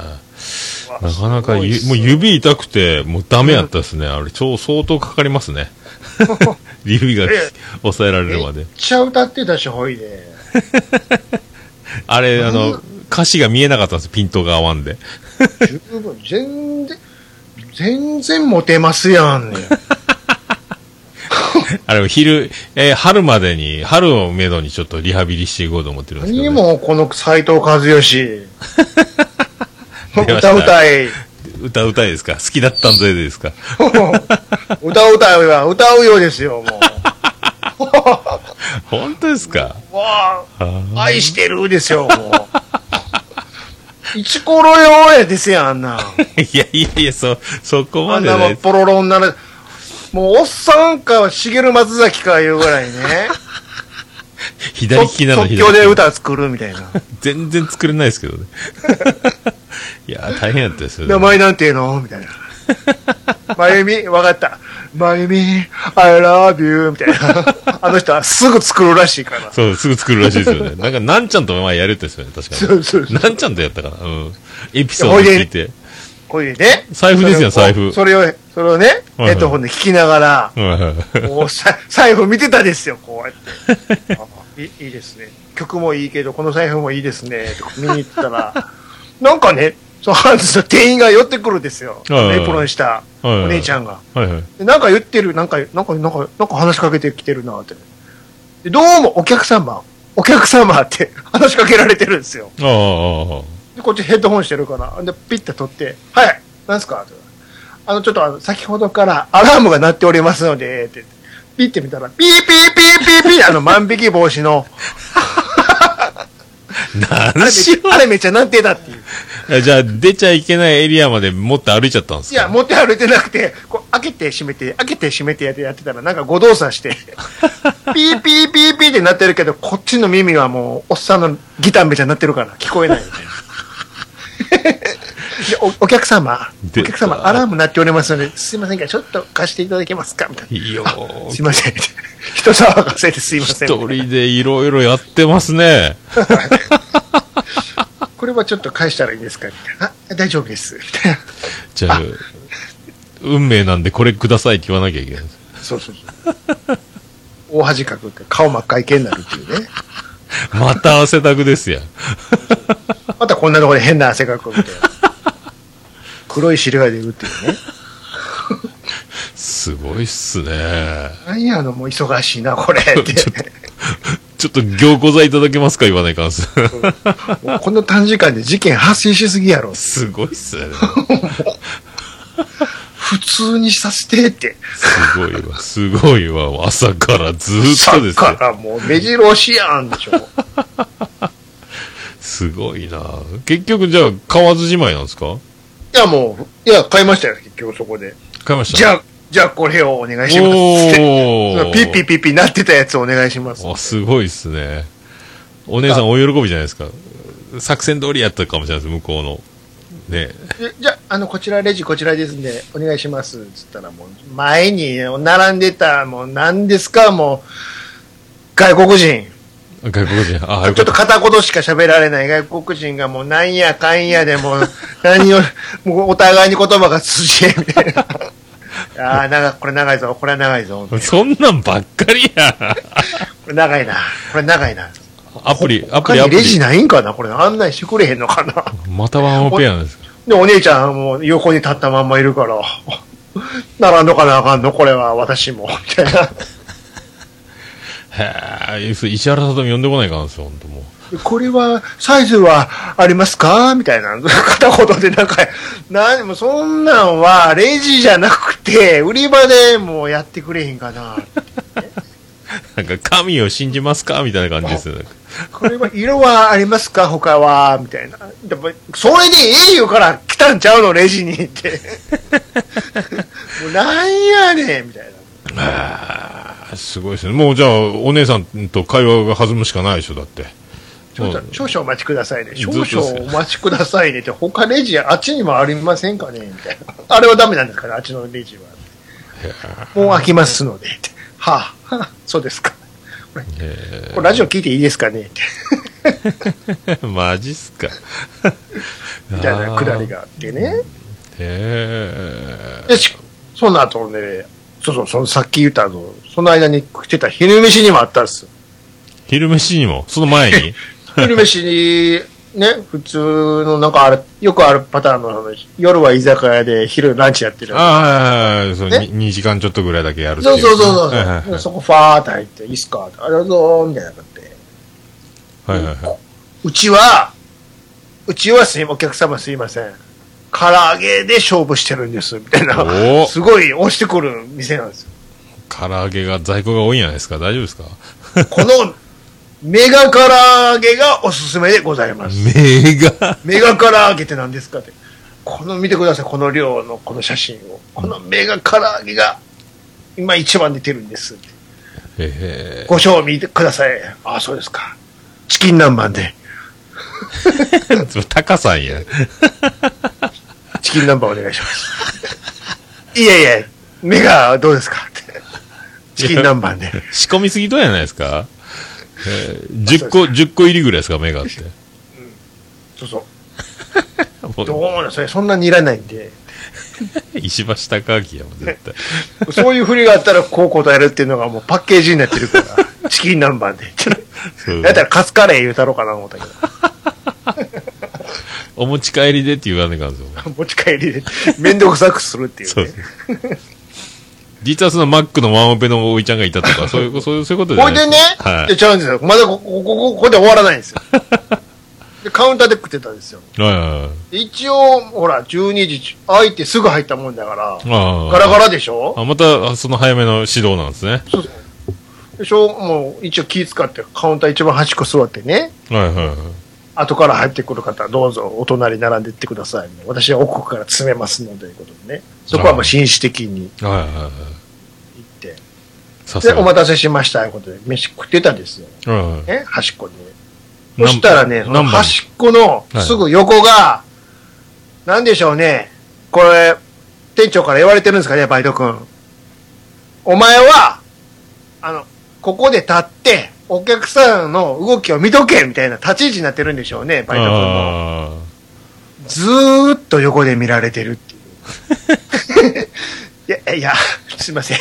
Speaker 1: かなかゆ
Speaker 2: す
Speaker 1: も
Speaker 2: ご
Speaker 1: う
Speaker 2: いっす
Speaker 1: 指痛くて、もうダメやったですね。あれ、超相当かかります ね。指が
Speaker 2: え
Speaker 1: 抑えられる
Speaker 2: め
Speaker 1: まで
Speaker 2: っ。ちゃ歌ってたし、ほいで。
Speaker 1: あれ、あの、歌詞が見えなかったんですピントが合わんで。
Speaker 2: 十分、全然、全然モテます やんね。
Speaker 1: あれ、昼、えー春までに、春をめどにちょっとリハビリしていこうと思ってるんですけど、
Speaker 2: 何
Speaker 1: ね。
Speaker 2: も、この斎藤和義。
Speaker 1: 出ました
Speaker 2: 歌うたい。
Speaker 1: 歌うたいですか好きだったんぜですか
Speaker 2: 歌うたいは歌うようですよ、も
Speaker 1: 本当ですか
Speaker 2: う。わあ、
Speaker 1: あー
Speaker 2: 愛してるですよ、もう。イチコロよやですやん、あんな。
Speaker 1: いやいやいや、そ、そこ
Speaker 2: あ
Speaker 1: ま
Speaker 2: ん
Speaker 1: で
Speaker 2: なも
Speaker 1: ね
Speaker 2: ん。ポロロになる。もう、おっさんか、茂松崎かいうぐら いね。
Speaker 1: 左利きなの
Speaker 2: 即
Speaker 1: 左
Speaker 2: 興で
Speaker 1: 利き。
Speaker 2: 歌作るみたいな。
Speaker 1: 全然作れないですけ どね。いや、大変やったですよ、
Speaker 2: 名
Speaker 1: ね。
Speaker 2: 前なんていうのみ たいな。まゆみ、わかった。まゆみ、I love you みたいな。あの人はすぐ作るらしいから。
Speaker 1: そう、すぐ作るらしいですよね。なんか、なんちゃんと前やるってですよね、確か
Speaker 2: そうそう
Speaker 1: に。
Speaker 2: そう。
Speaker 1: なんちゃんとやったかなうん。エピソード聞いて。
Speaker 2: これでね。
Speaker 1: 財布ですよ
Speaker 2: それを
Speaker 1: 財布
Speaker 2: それを、それをね、
Speaker 1: はい
Speaker 2: ヘッドホンで聞きながら、
Speaker 1: うん
Speaker 2: もうさ財布見てたですよ、こうや って。あいいいですね。曲もいいけど、この財布もいいですね。とか見に行ったら、なんかね、そうハンズの店員が寄ってくるんですよ。
Speaker 1: はいはい
Speaker 2: エプロンしたお姉ちゃんが。
Speaker 1: はいはい。
Speaker 2: でなんか言ってる、なんか、なんか、なんか、なんか話しかけてきてるなって。でどうもお客様、お客様って話しかけられてるんですよ。
Speaker 1: ああああ、ああ。
Speaker 2: で、こっちヘッドホンしてるから、で、ピッて取って、はい、なんすかってあの、ちょっとあの、先ほどからアラームが鳴っておりますので、って、ピッて見たら、ピーピーピーピーピー、あの、万引き防止の、あれ
Speaker 1: 何
Speaker 2: め
Speaker 1: しよ
Speaker 2: あれめっちゃ難点だっていう。
Speaker 1: うえじゃあ、出ちゃいけないエリアまで持って歩いちゃったんです
Speaker 2: い
Speaker 1: か
Speaker 2: や、持って歩いてなくて、こう、開けて閉めて、開けて閉めてやってやってたら、なんか誤動作 して、ピーピーピーピーってなってるけど、こっちの耳はもう、おっさんのギターめちゃになってるから、聞こ えないみたいな。でおお客様、お
Speaker 1: 出た
Speaker 2: 客様、アラーム鳴っておりますので、すいませんが、ちょっと貸していただけますかみたい
Speaker 1: いいよ
Speaker 2: な。すいません。人騒がせてすいません。
Speaker 1: 一人でいろいろやってますね。
Speaker 2: これはちょっと返したらいいですかみたいな。あ大丈夫です。みたいな。
Speaker 1: じゃあ、運命なんでこれくださいって言わなきゃいけない。
Speaker 2: そうそうそう。大恥かくって顔真っ赤い系になるっていうね。
Speaker 1: また汗だくですやん。
Speaker 2: またこんなところで変な汗かくみたいな。黒い汁が出るっていうね。
Speaker 1: すごいっすね。
Speaker 2: 何やの、もう忙しいな、これって。
Speaker 1: ちょっと凝固剤いただけますか言わないかんす。
Speaker 2: もうこの短時間で事件発生しすぎやろ。
Speaker 1: すごいっすね。
Speaker 2: 普通にさせてって。
Speaker 1: すごいわ、すごいわ。朝からずーっ
Speaker 2: さ
Speaker 1: とで
Speaker 2: っ
Speaker 1: すよ
Speaker 2: か。らもう目白押しやんでしょ。
Speaker 1: すごいな。結局じゃあ、買わずじまいなんですか
Speaker 2: いやもう、いや、買いましたよ、結局そこで。
Speaker 1: 買いました。
Speaker 2: じ
Speaker 1: あ、
Speaker 2: ゃあ、じゃあこれをお願いしますって。そ
Speaker 1: お
Speaker 2: のピッピッピッピなってたやつお願いします。
Speaker 1: おすごいっすね。お姉さんお喜びじゃないですか。作戦通りやったかもしれないです、向こうの。ね。
Speaker 2: えじゃあ、あの、こちらレジこちらですんで、お願いします。つったらもう、前に並んでた、もう何ですか、もう、外国人。
Speaker 1: 外国人。あ、
Speaker 2: ちょ
Speaker 1: よ
Speaker 2: っ
Speaker 1: かっ
Speaker 2: と
Speaker 1: た。
Speaker 2: 片言しか喋られない外国人がもうなんやかんやでもう何を、もうお互いに言葉が通じへんみたいな。ああ、長い、これ長いぞ、これは長いぞ、こ
Speaker 1: そんなんばっかりや。
Speaker 2: れ長いな、これ長いな。
Speaker 1: アプリ、アプ
Speaker 2: 他
Speaker 1: リ、ア
Speaker 2: に
Speaker 1: プ
Speaker 2: レジ
Speaker 1: リ。
Speaker 2: ないんかなこれ案内してくれへんのかな
Speaker 1: またワンオペアなんですか。
Speaker 2: で、お姉ちゃんはもう横に立ったまんまいるから、 並んどかなあかんの、これは私も、みたいな。
Speaker 1: へえ、石原さとみ呼んでこないかなんですよ、ほんともう。
Speaker 2: これは、サイズはありますかみたいな。片言でなんか、何もそんなんは、レジじゃなくて、売り場でもうやってくれへんかな。
Speaker 1: なんか、神を信じますかみたいな感じですよね。
Speaker 2: これは、色はありますか他は、みたいな。でも、それでええ言うから来たんちゃうのレジにって。 もうなんやねんみたいな。
Speaker 1: あーすごいですね。もうじゃあ、お姉さんと会話が弾むしかないでしょ、だって。
Speaker 2: 少々
Speaker 1: うん
Speaker 2: 少々お待ちくださいね。
Speaker 1: ずっ
Speaker 2: 少
Speaker 1: とですよ
Speaker 2: 々お待ちくださいねって、他レジあっちにもありませんかねみたいな。あれはダメなんですから、あっちのレジは。もう開きますので。ってはあ、はあ、そうですか。これこれラジオ聞いていいですかねって
Speaker 1: マジっすか。
Speaker 2: みたいなくだり
Speaker 1: が。
Speaker 2: があってね。
Speaker 1: へ
Speaker 2: で、しその後ね、そうそう、そのさっき言ったの、その間に来てた昼飯にもあったんです。
Speaker 1: え。昼飯にも、その前 に
Speaker 2: 昼飯に、ね、普通のなんかある、よくあるパターンの、あの夜は居酒屋で昼ランチやってる。
Speaker 1: ああ、はいはいはいそう、
Speaker 2: ね
Speaker 1: に2時間ちょっとぐらいだけやるってい
Speaker 2: そうそうそう
Speaker 1: はいはい
Speaker 2: そう。そこファーって入って、いいっすかありがとうみたいな感じで。
Speaker 1: はいはいは
Speaker 2: うちは、うちはすいお客様すいません。唐揚げで勝負してるんです、みたい
Speaker 1: おー
Speaker 2: な。すごい押してくる店なんですよ。
Speaker 1: い。唐揚げが、在庫が多いんじゃないですか大丈夫ですか
Speaker 2: この、メガ唐揚げがおすすめでございます。
Speaker 1: 目が。
Speaker 2: メガ唐揚げって何ですかって。この見てください、この量のこの写真を。このメガ唐揚げが、今一番出てるんです。
Speaker 1: え
Speaker 2: ご賞味ください。ああ、そうですか。チキン南蛮で。
Speaker 1: え。タカさんや。
Speaker 2: チキンナンバーお願いします。いやいや、目がどうですかって。チキンナンバーで。
Speaker 1: 仕込みすぎとやないですか、えー、?10 個、10個入りぐらいですか目があって。
Speaker 2: そうそう。
Speaker 1: もう
Speaker 2: どうもそれそんなにいらないんで。
Speaker 1: 石橋貴明やもん、絶対。
Speaker 2: そういう振りがあったらこう答えるっていうのがもうパッケージになってるから。チキンナンバーで
Speaker 1: そう。
Speaker 2: だったらカツカレー言うたろうかな思ったけ
Speaker 1: お持ち帰りでって言わねえかんぞ。
Speaker 2: ど。持ち帰りで。めんどくさくするっていう
Speaker 1: そう
Speaker 2: ね。
Speaker 1: そう。実はそのマックのワンオペのおいちゃんがいたとか、そういう、 そういうそういうことじゃ
Speaker 2: ほ
Speaker 1: ない
Speaker 2: でね、
Speaker 1: は
Speaker 2: でちゃうんですよ。まだここ、ここ、ここで終わらないんですよ。で、カウンターで食ってたんですよ。
Speaker 1: い。はいはいはい。
Speaker 2: で一応、ほら、12時、開いてすぐ入ったもんだから、
Speaker 1: ああ
Speaker 2: ガラガラでしょ
Speaker 1: あ、また、その早めの指導なんですね。
Speaker 2: でしょもう一応気使ってカウンター一番端っこ座ってね。
Speaker 1: はいはいはい。
Speaker 2: 後から入ってくる方、どうぞお隣並んでいってください。私は奥から詰めますので、ということでね。そこはもう紳士的に
Speaker 1: はいはいはい。
Speaker 2: 行って。
Speaker 1: さす
Speaker 2: で、
Speaker 1: が。
Speaker 2: お待たせしました、ということで、飯食ってたんですよ。
Speaker 1: うんうん
Speaker 2: ね、端っこに。
Speaker 1: ナン
Speaker 2: そしたらね、その
Speaker 1: 何番
Speaker 2: 端っこのすぐ横が、なんでしょうね、これ、店長から言われてるんですかね、バイト君。お前は、あの、ここで立って、お客さんの動きを見とけみたいな立ち位置になってるんでしょうね、バイト君も。
Speaker 1: あ
Speaker 2: ずーっと横で見られてるっていう。い や、いや、すいません。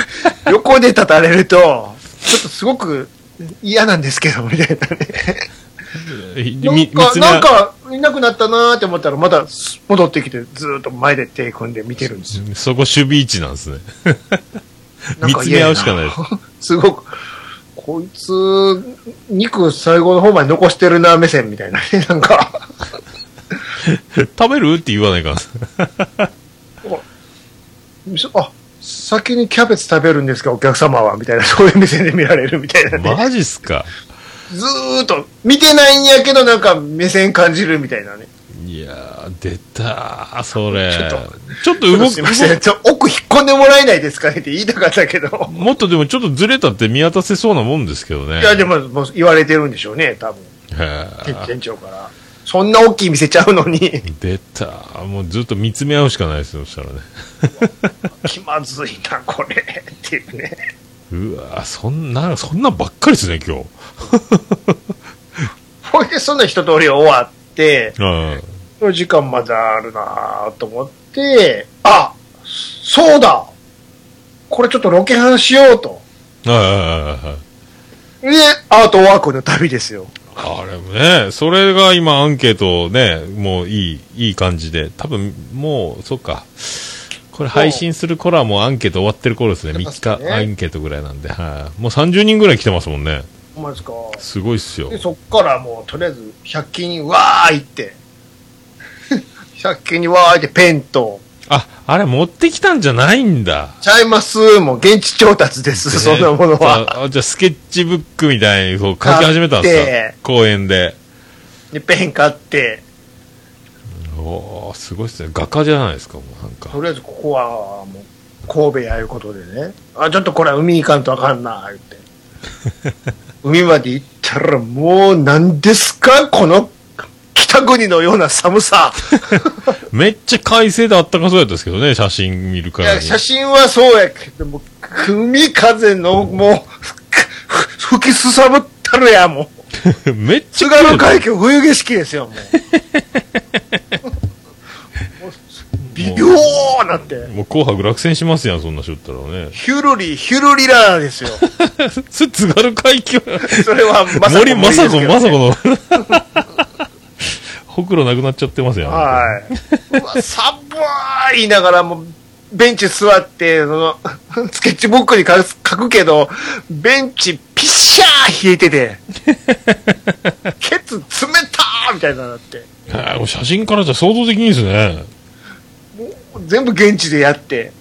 Speaker 2: 横で立たれると、ちょっとすごく嫌なんですけど、みたいなね。
Speaker 1: ー
Speaker 2: なん
Speaker 1: み
Speaker 2: か、
Speaker 1: 見つめ
Speaker 2: なんか、いなくなったなーって思ったら、またす戻ってきて、ずーっと前で手組んで見てるんですよ。
Speaker 1: そこ守備位置なんですね。
Speaker 2: な んか
Speaker 1: 見つめ合うしかない
Speaker 2: 嫌やな すごく、こいつ、肉最後の方まで残してるな、目線みたいな ね。なんか、
Speaker 1: 食べるって言わない から。
Speaker 2: そあ、先にキャベツ食べるんですか、お客様は、みたいな、 そういう目線で見られるみたいなね。
Speaker 1: マジっすか。
Speaker 2: ずーっと、見てないんやけど、なんか目線感じるみたいなね。
Speaker 1: いやー、出たー、それ。
Speaker 2: ち
Speaker 1: ち
Speaker 2: ょ
Speaker 1: ょ
Speaker 2: っ
Speaker 1: っ
Speaker 2: と
Speaker 1: と、動
Speaker 2: す
Speaker 1: く
Speaker 2: いません、ちょ、奥引っ込んでもらえないですかねって言いたかっ たけど。
Speaker 1: もっとでもちょっとずれたって見渡せそうなもんですけどね。
Speaker 2: いや、でも、もう言われてるんでしょうね、多分。
Speaker 1: へー
Speaker 2: 店長から。そんな大きい店ちゃうのに、
Speaker 1: 出たー。もうずっと見つめ合うしかないですよ、そしたらね。
Speaker 2: 気まずいな、これ。っていうね。
Speaker 1: うわー、そんな、そんなんばっかりですね、今日。
Speaker 2: ほいで、そんな一通り終わって、
Speaker 1: うん。
Speaker 2: お時間まだあるなぁと思って、あそうだこれちょっとロケハンしようと。
Speaker 1: はいはいはいはい。
Speaker 2: で、アートワークの旅ですよ。
Speaker 1: あれもね、それが今アンケートをね、もういい、いい感じで、多分もう、そっか。これ配信する頃はもうアンケート終わってる頃ですね。
Speaker 2: そ
Speaker 1: 3
Speaker 2: うそうです
Speaker 1: 日
Speaker 2: ね
Speaker 1: アンケートぐらいなんで、はい。もう30人ぐらい来てますもんね。
Speaker 2: ほんまですか。
Speaker 1: すごいっすよ
Speaker 2: で、。そっからもう、とりあえず、100均にわーいって。100均にわーいって、ペンと、
Speaker 1: あ、あれ持ってきたんじゃないんだ。
Speaker 2: ちゃいますもう現地調達です、 そんなものは。
Speaker 1: じゃあ、じゃあスケッチブックみたいにこう書き始めたん
Speaker 2: 買っ
Speaker 1: で
Speaker 2: て
Speaker 1: すか公園で。
Speaker 2: で、ペン買って、
Speaker 1: おー、すごいっすね。画家じゃないですか、もうなんか。
Speaker 2: とりあえずここはもう神戸やいうことでね、あ、ちょっとこれは海行かんとあかんな、言って。海まで行ったらもう何ですかこの北国のような寒さ。
Speaker 1: めっちゃ快晴であったかそうやったですけどね、写真見る
Speaker 2: い
Speaker 1: から
Speaker 2: や、
Speaker 1: に。
Speaker 2: 写真はそうやけども、海風のもう、ふ吹きすさぶったるや、も う。
Speaker 1: めっちゃ
Speaker 2: 津
Speaker 1: 綺麗
Speaker 2: 軽海峡冬景色ですよ、もう。微妙なって。
Speaker 1: もう紅白落選しますやん、そんなしょったらね。
Speaker 2: ヒュルリ、ヒュルリラーですよ。
Speaker 1: それ 津軽海峡。
Speaker 2: それは、ま
Speaker 1: 森まさこ、まさ
Speaker 2: こ。
Speaker 1: この。 ほくろなくなっちゃってますやん。
Speaker 2: はい。うわ、寒い言いながらも、ベンチ座って、その、 スケッチブックに書く書くけど、ベンチピッシャー冷えてて、ケツ冷たーみたいになって、
Speaker 1: はいもう写真からじゃ想像できんですね。
Speaker 2: 全部現地でやって。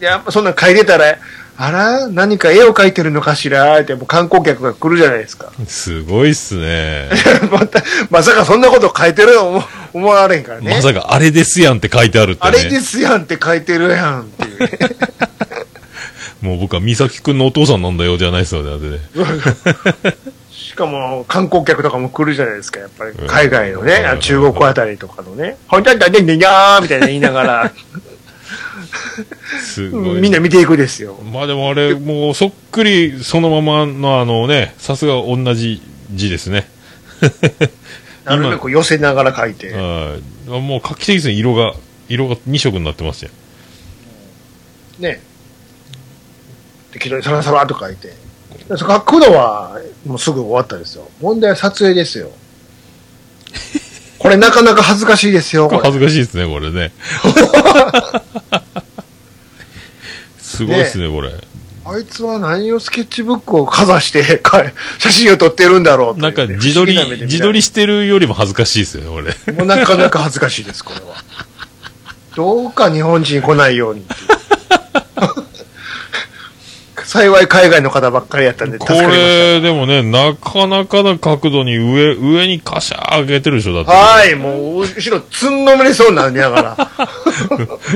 Speaker 2: やっぱそんなん書いてたら、あら、何か絵を描いてるのかしらって、もう観光客が来るじゃないですか。
Speaker 1: すごいっすね。
Speaker 2: また、まさかそんなこと書いてるの思思われへん からね。
Speaker 1: まさかあれですやんって書いてあるってね。
Speaker 2: あれですやんって書いてるやんっていうね。
Speaker 1: もう僕は美咲くんのお父さんなんだよじゃないですよね、だってね。
Speaker 2: しかも、観光客とかも来るじゃないですか、やっぱり。海外のね、
Speaker 1: うん
Speaker 2: あ中国あたりとかのね。ほんとだ、でんでにゃーみたいな言いながら、
Speaker 1: すごい。
Speaker 2: みんな見ていくですよ。
Speaker 1: まあでもあれ、もうそっくりそのままのあのね、さすが同じ字ですね。
Speaker 2: なるべく寄せながら書いて。
Speaker 1: はいあもう画期的ですね、色が。色が2色になってますよ。
Speaker 2: ね。で、気取りさらさらと書いて。でそこ書くのは、もうすぐ終わったですよ。問題は撮影ですよ。これなかなか恥ずかしいですよ、これ。
Speaker 1: 恥ずかしいですね、これ ね。すごいですね、これ。
Speaker 2: あいつは何をスケッチブックをかざして、か写真を撮ってるんだろうという
Speaker 1: なんか
Speaker 2: ね
Speaker 1: 自撮り
Speaker 2: 不思議な目で見られ、る
Speaker 1: 自撮りしてるよりも恥ずかしいですよね、 これ。
Speaker 2: もうなかなか恥ずかしいです、これは。どうか日本人来ないようにっていう。幸い海外の方ばっかりやったんで、
Speaker 1: こ
Speaker 2: 助かりまし
Speaker 1: れ、でもね、なかなかな角度に上、上にカシャー上げてるでしょ、だって。
Speaker 2: た。はい、もう、後ろ、つんのめりそうになりながら。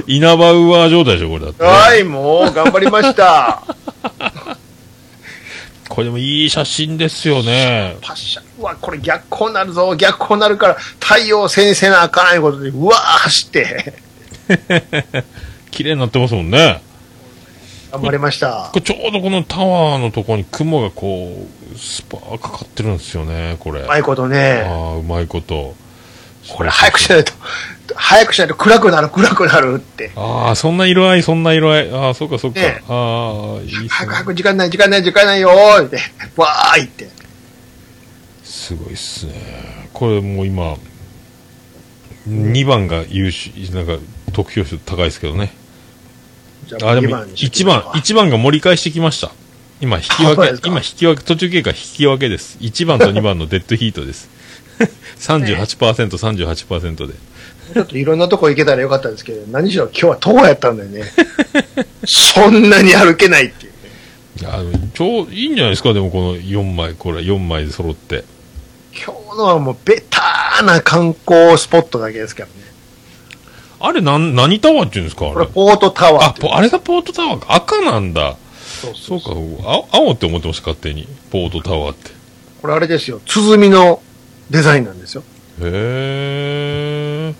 Speaker 1: 稲葉ウアー状態でしょ、これだ ってね、
Speaker 2: はい、もう、頑張りました。
Speaker 1: これでもいい写真ですよね。
Speaker 2: パッシャ、うわ、これ逆光なるぞ、逆光なるから、太陽先生なあかんいうことで、うわー、走って、
Speaker 1: 綺麗になってますもんね。
Speaker 2: 頑張りました
Speaker 1: こ。れちょうどこのタワーのとこに雲がこう、スパーかかってるんですよね、これ。
Speaker 2: うまいことね。
Speaker 1: ああ、うまいこと。
Speaker 2: これ早くしないと、早くしないと暗くなる、暗くなるって。
Speaker 1: ああ、そんな色合い、そんな色合い。ああ、そうか、そうか。
Speaker 2: ねえ
Speaker 1: ああ、いいっすね
Speaker 2: 早く早く時間ない、時間ない、時間ないよーって、わーいって。
Speaker 1: すごいっすね。これもう今、2番が優秀、なんか、得票数高いですけどね。
Speaker 2: じ
Speaker 1: あ、で
Speaker 2: 二
Speaker 1: も、
Speaker 2: に
Speaker 1: 1番、1番が盛り返してきました。今、引き
Speaker 2: あそう
Speaker 1: 分
Speaker 2: です
Speaker 1: け、
Speaker 2: か
Speaker 1: 今、引き分け、途中経過引き分けです。1番と2番のデッドヒートです。38%、38%で。
Speaker 2: ちょっといろんなとこ行けたらよかったんですけど、何しろ今日は徒歩やったんだよね。そんなに歩けないっていうね。
Speaker 1: いや、あのちょう、いいんじゃないですか、でもこの4枚、これ、4枚揃って。
Speaker 2: 今日のはもうベターな観光スポットだけですからね。
Speaker 1: あれ、なん、何タワーっていうんですか、あ
Speaker 2: これ
Speaker 1: れ。
Speaker 2: ポートタワー
Speaker 1: あ
Speaker 2: っ、ていう。
Speaker 1: ポあれがポートタワーか。赤なんだ。
Speaker 2: そう
Speaker 1: そ
Speaker 2: そうう
Speaker 1: か、青青って思ってました、勝手に。ポートタワーって。
Speaker 2: これあれですよ。鼓のデザインなんですよ。
Speaker 1: へえ。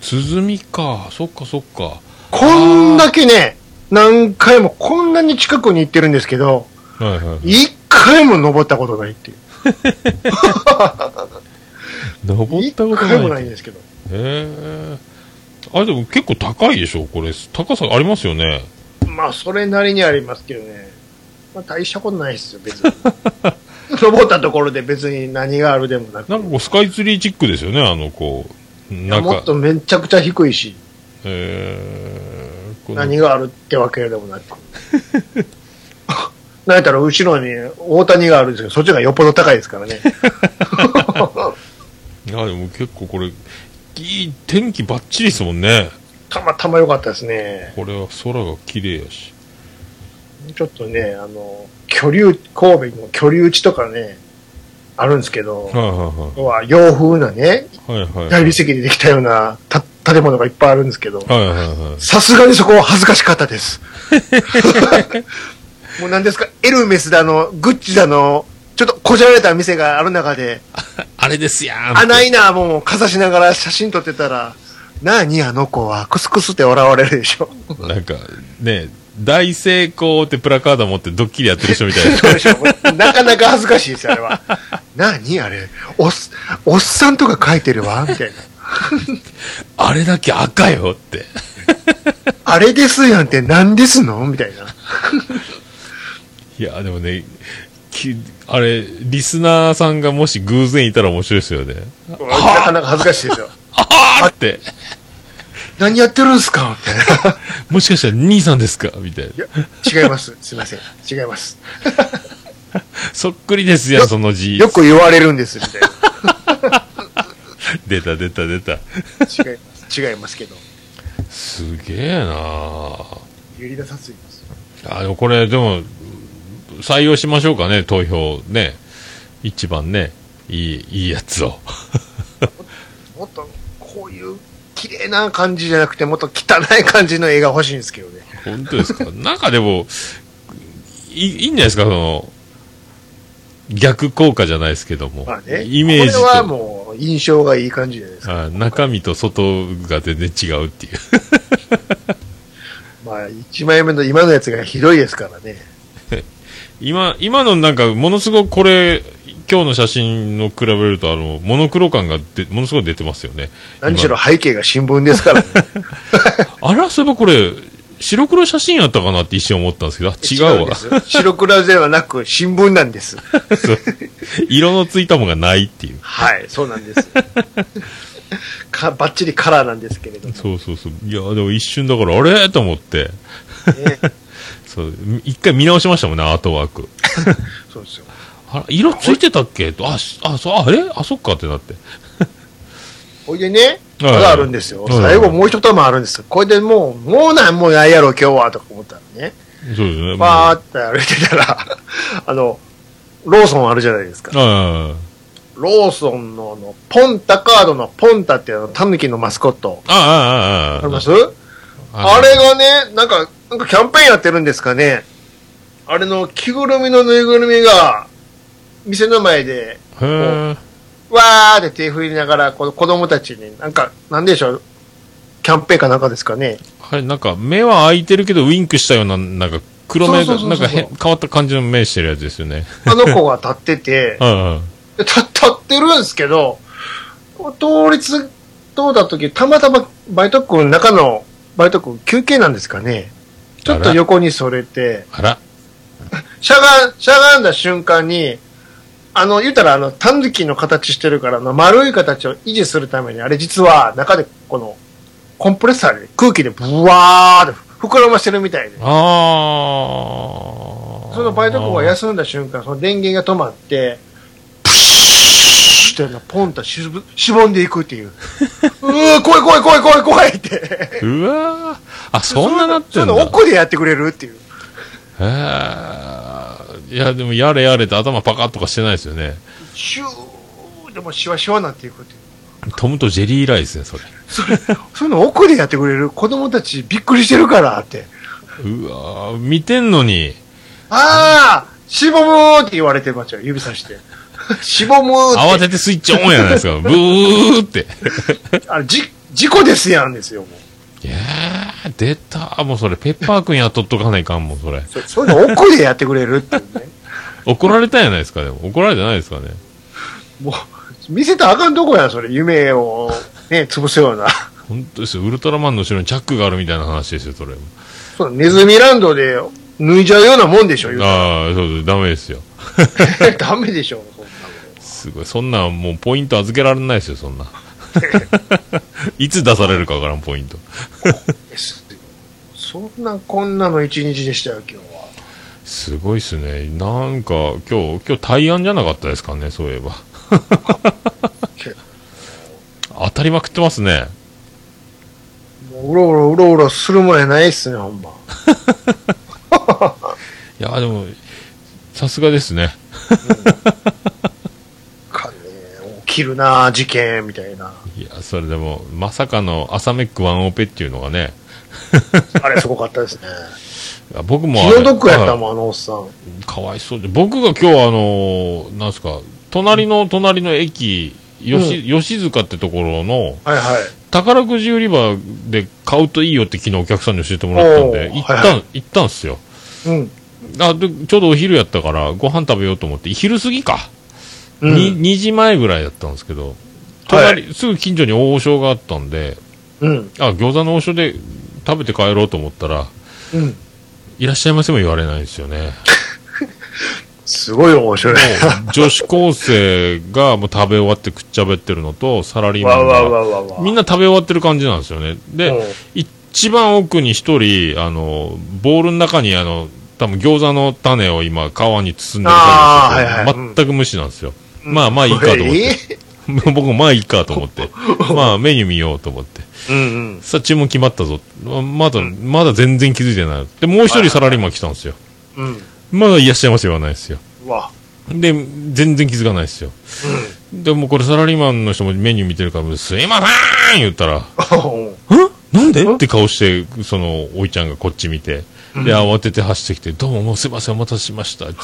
Speaker 1: 鼓か。そっかそっか。
Speaker 2: こんだけね、何回もこんなに近くに行ってるんですけど、
Speaker 1: はいはいはい。
Speaker 2: 一回も登ったことないっていう。
Speaker 1: 登っ
Speaker 2: 一
Speaker 1: たこと
Speaker 2: 回も
Speaker 1: な
Speaker 2: ない
Speaker 1: い。
Speaker 2: ん
Speaker 1: へ
Speaker 2: ですけど。
Speaker 1: え。あ、でも結構高いでしょ、これ。高さありますよね。
Speaker 2: まあ、それなりにありますけどね。まあ、大したことないですよ、別 に。登ったところで別に何があるでもなく。
Speaker 1: なんかこう、スカイツリーチックですよね、あの、こう。なん
Speaker 2: もっ
Speaker 1: か、
Speaker 2: とめちゃくちゃ低いし、
Speaker 1: えー、この
Speaker 2: 何があるってわけでもなく。なんやったら後ろに大谷があるんですけど、そっちがよっぽど高いですからね。
Speaker 1: いや、でも結構これ、いい天気ばっちりですもんね。
Speaker 2: たまたま良かったですね。
Speaker 1: これは空が綺麗やし。
Speaker 2: ちょっとね、あの、居留、神戸の居留地とかね、あるんですけど、
Speaker 1: はいは
Speaker 2: 要は洋風なね、
Speaker 1: いはい。はいはい。はい
Speaker 2: 大理石でできたようなた建物がいっぱいあるんですけど、
Speaker 1: はいはい。
Speaker 2: さすがにそこは恥ずかしかった です。もう何ですか、エルメスだの、グッチだの、ちょっとこじられた店がある中で、
Speaker 1: あれですやんって。
Speaker 2: あ、ないな、もうかざしながら写真撮ってたら、なにあの子は、クスクスって笑われるでしょ。
Speaker 1: なんか、ね、大成功ってプラカード持ってドッキリやってる人みた いな。
Speaker 2: そうでしょなかなか恥ずかしいですよ、あれは。なにあれ、おっ、おっさんとか書いてるわみたいな。
Speaker 1: あれだけ赤よって。
Speaker 2: あれですやんって何ですのみた いな。
Speaker 1: いや、でもね、きあれ、リスナーさんがもし偶然いたら面白いですよね。
Speaker 2: なかなか恥ずかしいですよ。
Speaker 1: あーって。
Speaker 2: 何やってるんですかみたいな。。
Speaker 1: もしかしたら兄さんですかみたいない
Speaker 2: や、違います。すいません。違います。
Speaker 1: そっくりですやん、その字。
Speaker 2: よく言われるんです、みたいな。
Speaker 1: 出た出た出た。
Speaker 2: 違います。違いますけど。
Speaker 1: すげえなあ
Speaker 2: ユリナ殺意です。
Speaker 1: あ、でもこれ、でも、採用しましょうかね、投票ね。一番ね、いい、いいやつを。
Speaker 2: もっと、こういう、綺麗な感じじゃなくて、もっと汚い感じの絵が欲しいんですけどね。
Speaker 1: 本当ですか なんかでもいいいんじゃないですかその逆効果じゃないですけども、
Speaker 2: まあね。
Speaker 1: イメージ
Speaker 2: これは
Speaker 1: と
Speaker 2: もう、印象がいい感じじゃないですか。
Speaker 1: あ中身と外が全然違うっていう
Speaker 2: まあ、一枚目の今のやつがひどいですからね。
Speaker 1: 今今のなんかものすごくこれ今日の写真を比べるとあのモノクロ感がでものすごい出てますよね
Speaker 2: 何しろ
Speaker 1: 今
Speaker 2: 背景が新聞です からね。
Speaker 1: あらそういえばこれ白黒写真やったかなって一瞬思ったんですけどあ違うわ
Speaker 2: んですよ白黒ではなく、新聞なんです。
Speaker 1: そう色のついたもんがないっていう
Speaker 2: はい、そうなん です。かバッチリカラーなんですけれども、ね。
Speaker 1: そうそうそういやでも一瞬だからあれと思ってそう、一回見直しましたもんね、アートワーク。
Speaker 2: そうですよ。
Speaker 1: あ色ついてたっけと、あ、しあ、そう、あれあ、そっかってなって。
Speaker 2: ほいでね、
Speaker 1: はい
Speaker 2: まだあるんですよ。
Speaker 1: はい
Speaker 2: 最後もう一玉あるんですよ。これでもう、もうなんもうないやろ、今日は、とか思ったらね。
Speaker 1: そうですね。
Speaker 2: バー
Speaker 1: あ。
Speaker 2: って歩いてたら、 あの、ローソンあるじゃないですか。
Speaker 1: あ
Speaker 2: ローソンのあの、ポンタカードのポンタっていうあの、タヌキのマスコット。
Speaker 1: あ、ああ、ああ、
Speaker 2: あ
Speaker 1: あ
Speaker 2: ります
Speaker 1: あ
Speaker 2: あれがね、なんか、なんかキャンペーンやってるんですかね。あれの着ぐるみのぬいぐるみが、店の前で、
Speaker 1: へえ。
Speaker 2: わーって手振りながら、この子供たちに、なんか、なんでしょう、キャンペーンかなんかですかね。
Speaker 1: はい、なんか、目は開いてるけど、ウィンクしたような、なんか、黒目
Speaker 2: そう
Speaker 1: が、
Speaker 2: そう
Speaker 1: な
Speaker 2: そ
Speaker 1: ん
Speaker 2: うそう
Speaker 1: か変、変わった感じの目してるやつですよね。
Speaker 2: あの子が立って て、
Speaker 1: うん。
Speaker 2: で立立ってるんですけど、通り通った時、たまたまバイト君の中の、バイト君休憩なんですかね。ちょっと横にそれて、
Speaker 1: あら。
Speaker 2: しゃが、しゃがんだ瞬間に、あの、言ったら、あの、タヌキの形してるから、あの、丸い形を維持するために、あれ実は、中で、この、コンプレッサーで空気でブワーって膨らましてるみたいで。
Speaker 1: ああ。
Speaker 2: そのバイト君が休んだ瞬間、その電源が止まって、プシューってのポンとしぶしぼんでいくっ ていう。うー、怖い怖い怖い怖い怖いって。
Speaker 1: うわーあ、そんななってん
Speaker 2: そういうの
Speaker 1: だ。
Speaker 2: 奥でやってくれるっていう。
Speaker 1: へえ。いや、でも、やれやれって頭パカッとかしてないですよね。
Speaker 2: シューでもシワシワなっていくっていう。
Speaker 1: トムとジェリー以来ですね、それ。
Speaker 2: そういうの奥でやってくれる子供たちびっくりしてるからって。
Speaker 1: うわー見てんのに。
Speaker 2: あー、しぼむーって言われてましたよ、指さ して。しぼむー
Speaker 1: 慌
Speaker 2: って
Speaker 1: てスイッチオンやないです か。ブーって。
Speaker 2: て。あれ、じ、事故ですやんですよ、もう。
Speaker 1: いやー、出た。もうそれ、ペッパー君雇っとかないかん、もうそれ。
Speaker 2: そそういうの奥でやってくれるっていうね。
Speaker 1: 怒られたんやないですか、でも。怒られてないですかね。
Speaker 2: もう、見せたらあかんとこや、それ。夢を、ね、潰すような。
Speaker 1: 本当ですよ。ウルトラマンの後ろにチャックがあるみたいな話ですよ、それ。
Speaker 2: そうネズミランドで脱いじゃうようなもんでしょ、言うた
Speaker 1: ああ、そうそう、ダメですよ。
Speaker 2: ら ダメでしょ、そんなこ
Speaker 1: すごい。そんなんもうポイント預けられないですよ、そん な。いつ出されるかわからん、ポイント。
Speaker 2: とですよ。そんな、こんなの一日でしたよ、今日は。
Speaker 1: すごいっすね。なんか、今日、今日対案じゃなかったですかね、そういえば。当たりまくってますね。
Speaker 2: もう、うろうろ、うろうろするもんやないっすね、ほんま。
Speaker 1: いや、でも、さすがですね。
Speaker 2: かね、起きるな、事件、みたいな。
Speaker 1: いや、それでも、まさかの朝メックワンオペっていうのがね、
Speaker 2: あれ、すごかったですね。
Speaker 1: あ僕 もあ
Speaker 2: 気
Speaker 1: れ
Speaker 2: の毒やったもん、あのおっさん。
Speaker 1: はいかわいそうで、僕が今日あの、なんすか、隣の隣の駅、吉吉塚ってところの
Speaker 2: はいはい。
Speaker 1: 宝くじ売り場で買うといいよって昨日お客さんに教えてもらったんで
Speaker 2: おー
Speaker 1: 行ったん、
Speaker 2: はいは
Speaker 1: 行ったんすよ
Speaker 2: うん。
Speaker 1: あでちょうどお昼やったからご飯食べようと思って昼過ぎか、
Speaker 2: うん
Speaker 1: に 2, 時前ぐらいだったんですけど隣、すぐ近所に王将があったんで
Speaker 2: うん。
Speaker 1: あ餃子の王将で食べて帰ろうと思ったら
Speaker 2: うん。
Speaker 1: いらっしゃいませも言われないんですよ ね
Speaker 2: すごい面白い。
Speaker 1: もう女子高生がもう食べ終わってくっちゃべってるのとサラリーマ
Speaker 2: わ
Speaker 1: ン
Speaker 2: わ
Speaker 1: が
Speaker 2: わわわ。
Speaker 1: みんな食べ終わってる感じなんですよね
Speaker 2: うん
Speaker 1: で一番奥に一人あのボールの中にあの多分餃子の種を今皮に包んでる感じなんですけど
Speaker 2: あーはいはいうん
Speaker 1: 全く無視なんですよ、まあまあいいかと思って、
Speaker 2: て。
Speaker 1: 僕もまあいいかと思ってまあメニュー見ようと思って
Speaker 2: うんうん。
Speaker 1: さあ注文決まったぞまだまだ全然気づいてないでもう一人サラリーマン来たんですよ
Speaker 2: うん。
Speaker 1: まだいらっしゃいませ言わないですよ
Speaker 2: うわ。
Speaker 1: で全然気づかないですよでもこれサラリーマンの人もメニュー見てるから、すいません言ったら、ん
Speaker 2: うん。
Speaker 1: なんでって顔して、その、おいちゃんがこっち見て、で、慌てて走ってきて、どうももうすいません、お待たせしました、つって。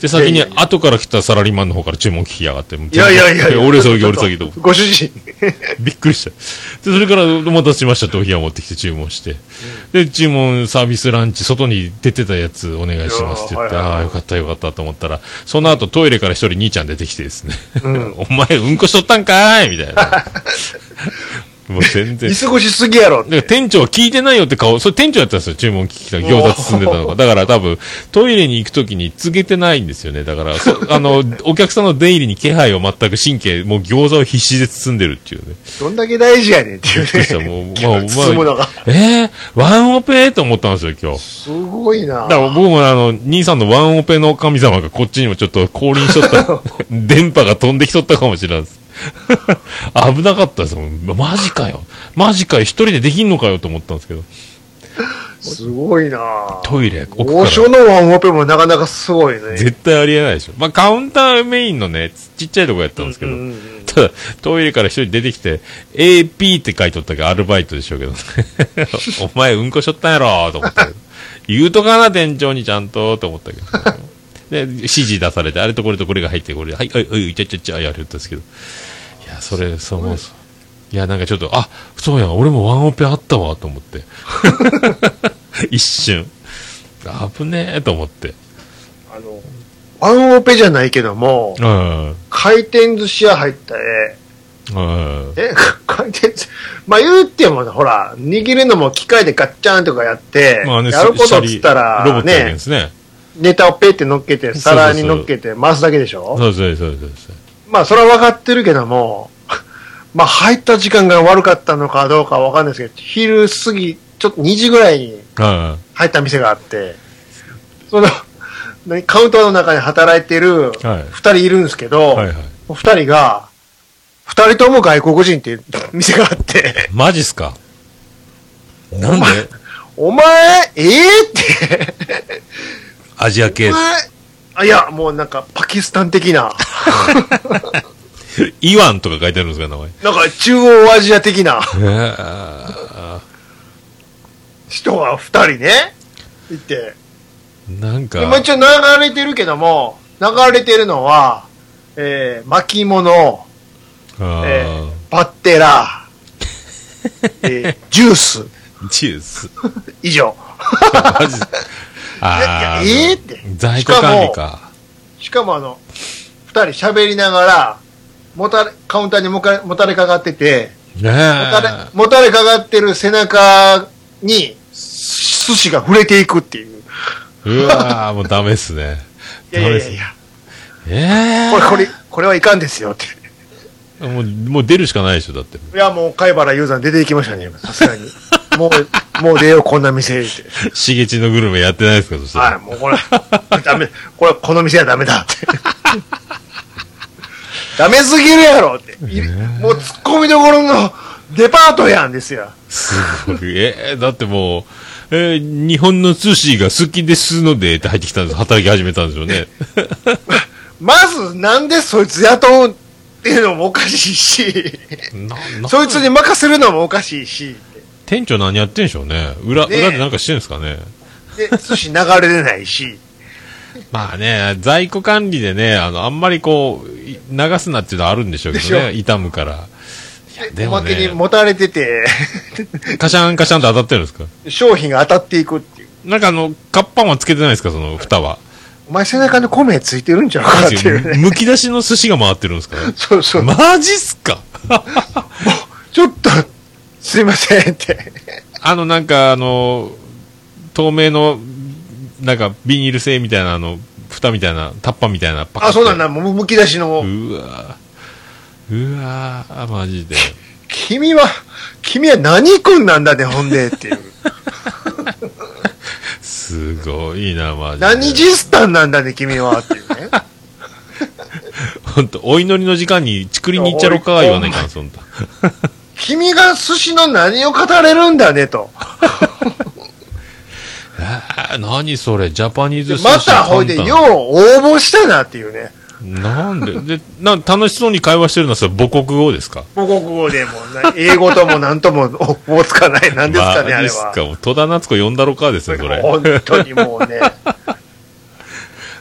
Speaker 1: で、先
Speaker 2: い
Speaker 1: に
Speaker 2: やいやいや
Speaker 1: 後から来たサラリーマンの方から注文聞きやがって、い
Speaker 2: いやいやいやいや。
Speaker 1: 俺先、俺先と、
Speaker 2: ご主人。
Speaker 1: びっくりした。で、それから、お待たせしましたってお部屋持ってきて注文して、で、注文、サービスランチ、外に出てたやつお願いしますって言って、
Speaker 2: いやーはいはいはい
Speaker 1: ああ、よかったよかったと思ったら、その後トイレから一人兄ちゃん出てきてですね、
Speaker 2: うん。
Speaker 1: お前、うんこしとったんかーいみたい な。もう全然
Speaker 2: 見。過ごしすぎやろっ
Speaker 1: だから
Speaker 2: て。
Speaker 1: 店長は聞いてないよって顔、それ店長やったんですよ、注文聞きた餃子包んでたのが。だから多分、トイレに行くときに告げてないんですよね。だから、そ あの、お客さんの出入りに気配を全く神経、もう餃子を必死で包んでるっていうね。
Speaker 2: どんだけ大事やねんっていう
Speaker 1: びっくりした、も う、
Speaker 2: ね。包むのが。
Speaker 1: えー、ワンオペと思ったんですよ、今日。
Speaker 2: すごいな
Speaker 1: だか。ら僕もあの、兄さんのワンオペの神様がこっちにもちょっと降臨しと った、電波が飛んできとったかもしれないです。危なかったですもん。マジかよ。マジかよ。一人でできんのかよと思ったんですけど。
Speaker 2: すごいなぁ
Speaker 1: トイレ、奥
Speaker 2: 王
Speaker 1: か
Speaker 2: 将
Speaker 1: ら。
Speaker 2: のワンオペもなかなかすごいね。
Speaker 1: 絶対ありえないでしょ。まあ、カウンターメインのね、ちっちゃいとこやったんですけど、
Speaker 2: うんうんうん
Speaker 1: ただ、トイレから一人出てきて、AP って書いとったけど、アルバイトでしょう けどね。お前、うんこしょったんやろと思ったけど。言うとかな、店長にちゃんと、と思ったけど。で、指示出されて、あれとこれとこれが入って、これ、はい、はい、はい、いちゃいちゃいちゃ、やるんですけど。いや、それ、そう思う。いや、なんかちょっと、あ、そうやん、俺もワンオペあったわ、と思 って。一瞬。危ねえ、と思って。
Speaker 2: あの、ワンオペじゃないけども、
Speaker 1: うん。
Speaker 2: 回転寿司屋入った絵。
Speaker 1: うん。
Speaker 2: え、 回転寿司、まあ言っても、ほら、握るのも機械でガッチャンとかやって、やることっつっ
Speaker 1: ロ
Speaker 2: た
Speaker 1: ボ
Speaker 2: ら、
Speaker 1: ットやけん
Speaker 2: ね
Speaker 1: で、すね。
Speaker 2: ネタをペって乗っけて、
Speaker 1: そう
Speaker 2: 皿に乗っけて回すだけでしょ
Speaker 1: そうですそうですそうです。
Speaker 2: まあそれは分かってるけども、 まあ入った時間が悪かったのかどうかは分かんないですけど、昼過ぎ、ちょっと2時ぐらいに
Speaker 1: うん。
Speaker 2: 入った店があって、その、何カウンターの中に働いて
Speaker 1: は
Speaker 2: る
Speaker 1: い
Speaker 2: 2人いるんですけど、
Speaker 1: はいはい。
Speaker 2: 2人が、2人とも外国人っていう 店があって、
Speaker 1: マジっすかなんで
Speaker 2: お前、ええって、
Speaker 1: アジア
Speaker 2: お
Speaker 1: 系
Speaker 2: 前あいや、もうなんかパキスタン的な、
Speaker 1: イワンとか書いてあるんですか名前。
Speaker 2: なんか中央アジア的な人が2人ね、いて、
Speaker 1: なん
Speaker 2: でも
Speaker 1: か、
Speaker 2: 一応流れてるけども、流れてるのは、えー、巻物、え
Speaker 1: あ
Speaker 2: ー、バッテラ、えー、ジュース、
Speaker 1: ーチュー ス。
Speaker 2: 以上。
Speaker 1: マジあー
Speaker 2: いやいやえーって
Speaker 1: 在庫管理か。
Speaker 2: しかもあの、二人喋りながら、もたれ、カウンターにもかもたれかかってて、
Speaker 1: ね
Speaker 2: もたれ
Speaker 1: え、。
Speaker 2: もたれかかってる背中に、寿司が触れていくっていう。
Speaker 1: うわーもうダメっすね。
Speaker 2: いやいやいやいや、
Speaker 1: え
Speaker 2: これ、これ、これはいかんですよって。
Speaker 1: えもう、もう出るしかないでしょ、だって。
Speaker 2: いや、もう、貝原雄山出ていきましたね、さすがに。もう、もう出よう、こんな店って。
Speaker 1: しげちのグルメやってないですか、そしたら
Speaker 2: はい、もうこれ、 ダメ、これ、この店はダメだ って。ダメすぎるやろって。いもう、突っ込みどころのデパートやんですよ。
Speaker 1: すごい。えーだってもう、えー日本の寿司が好きですのでって入ってきたんです。働き始めたんですよ ね。
Speaker 2: まず、なんでそいつ雇うっていうのもおかし いし、
Speaker 1: なな
Speaker 2: そいつに任せるのもおかしいし、
Speaker 1: 店長何やってんでしょうね。裏、
Speaker 2: ねえ
Speaker 1: 裏でなんかしてるんですかね。
Speaker 2: で、寿司流れてないし、
Speaker 1: まあね、在庫管理でね、あの、あんまりこう、い流すなっていうのはあるんでしょうけ
Speaker 2: でし
Speaker 1: ど
Speaker 2: ょ
Speaker 1: ね。傷むから。で
Speaker 2: お
Speaker 1: も
Speaker 2: ま
Speaker 1: ね
Speaker 2: けに持たれてて、
Speaker 1: カシャンカシャンと当たってるんですか
Speaker 2: 商品が当たっていくっていう。
Speaker 1: なんかあの、カッパンはつけてないですかその蓋 は。
Speaker 2: お前背中に米ついてるんちゃうかっていうね。
Speaker 1: むき出しの寿司が回ってるんですか
Speaker 2: そうそう。
Speaker 1: マジっすか
Speaker 2: ちょっと、すいませんって。
Speaker 1: あの、なんか、あの、透明の、なんか、ビニール製みたいな、あの、蓋みたいな、タッパみたいな、パカッ
Speaker 2: あ、そうなん
Speaker 1: だ。
Speaker 2: だ、もうむき出しの。
Speaker 1: うわうわぁ、マジで。
Speaker 2: 君は、君は何君なんだね、ほんで、っ ていう。
Speaker 1: すごいな、マジで。
Speaker 2: 何ジスタンなんだね、君は、っていうね。
Speaker 1: ほんと、お祈りの時間に、ちくりに行っちゃろうか、言わないかん、 そんな。
Speaker 2: 君が寿司の何を語れるんだね、と。
Speaker 1: えー、何それ、ジャパニーズ
Speaker 2: で
Speaker 1: 寿司
Speaker 2: またほいで、
Speaker 1: 簡単
Speaker 2: よう応募したな、っていうね。
Speaker 1: なんで、で、なん楽しそうに会話してるのは、それ母国語ですか
Speaker 2: 母国語でもな、英語とも何とも おぼつかない、何ですかね、
Speaker 1: マジ
Speaker 2: あれ
Speaker 1: っす
Speaker 2: は。
Speaker 1: か、もう戸田夏子呼んだろかですね、それ。
Speaker 2: 本当に もうね、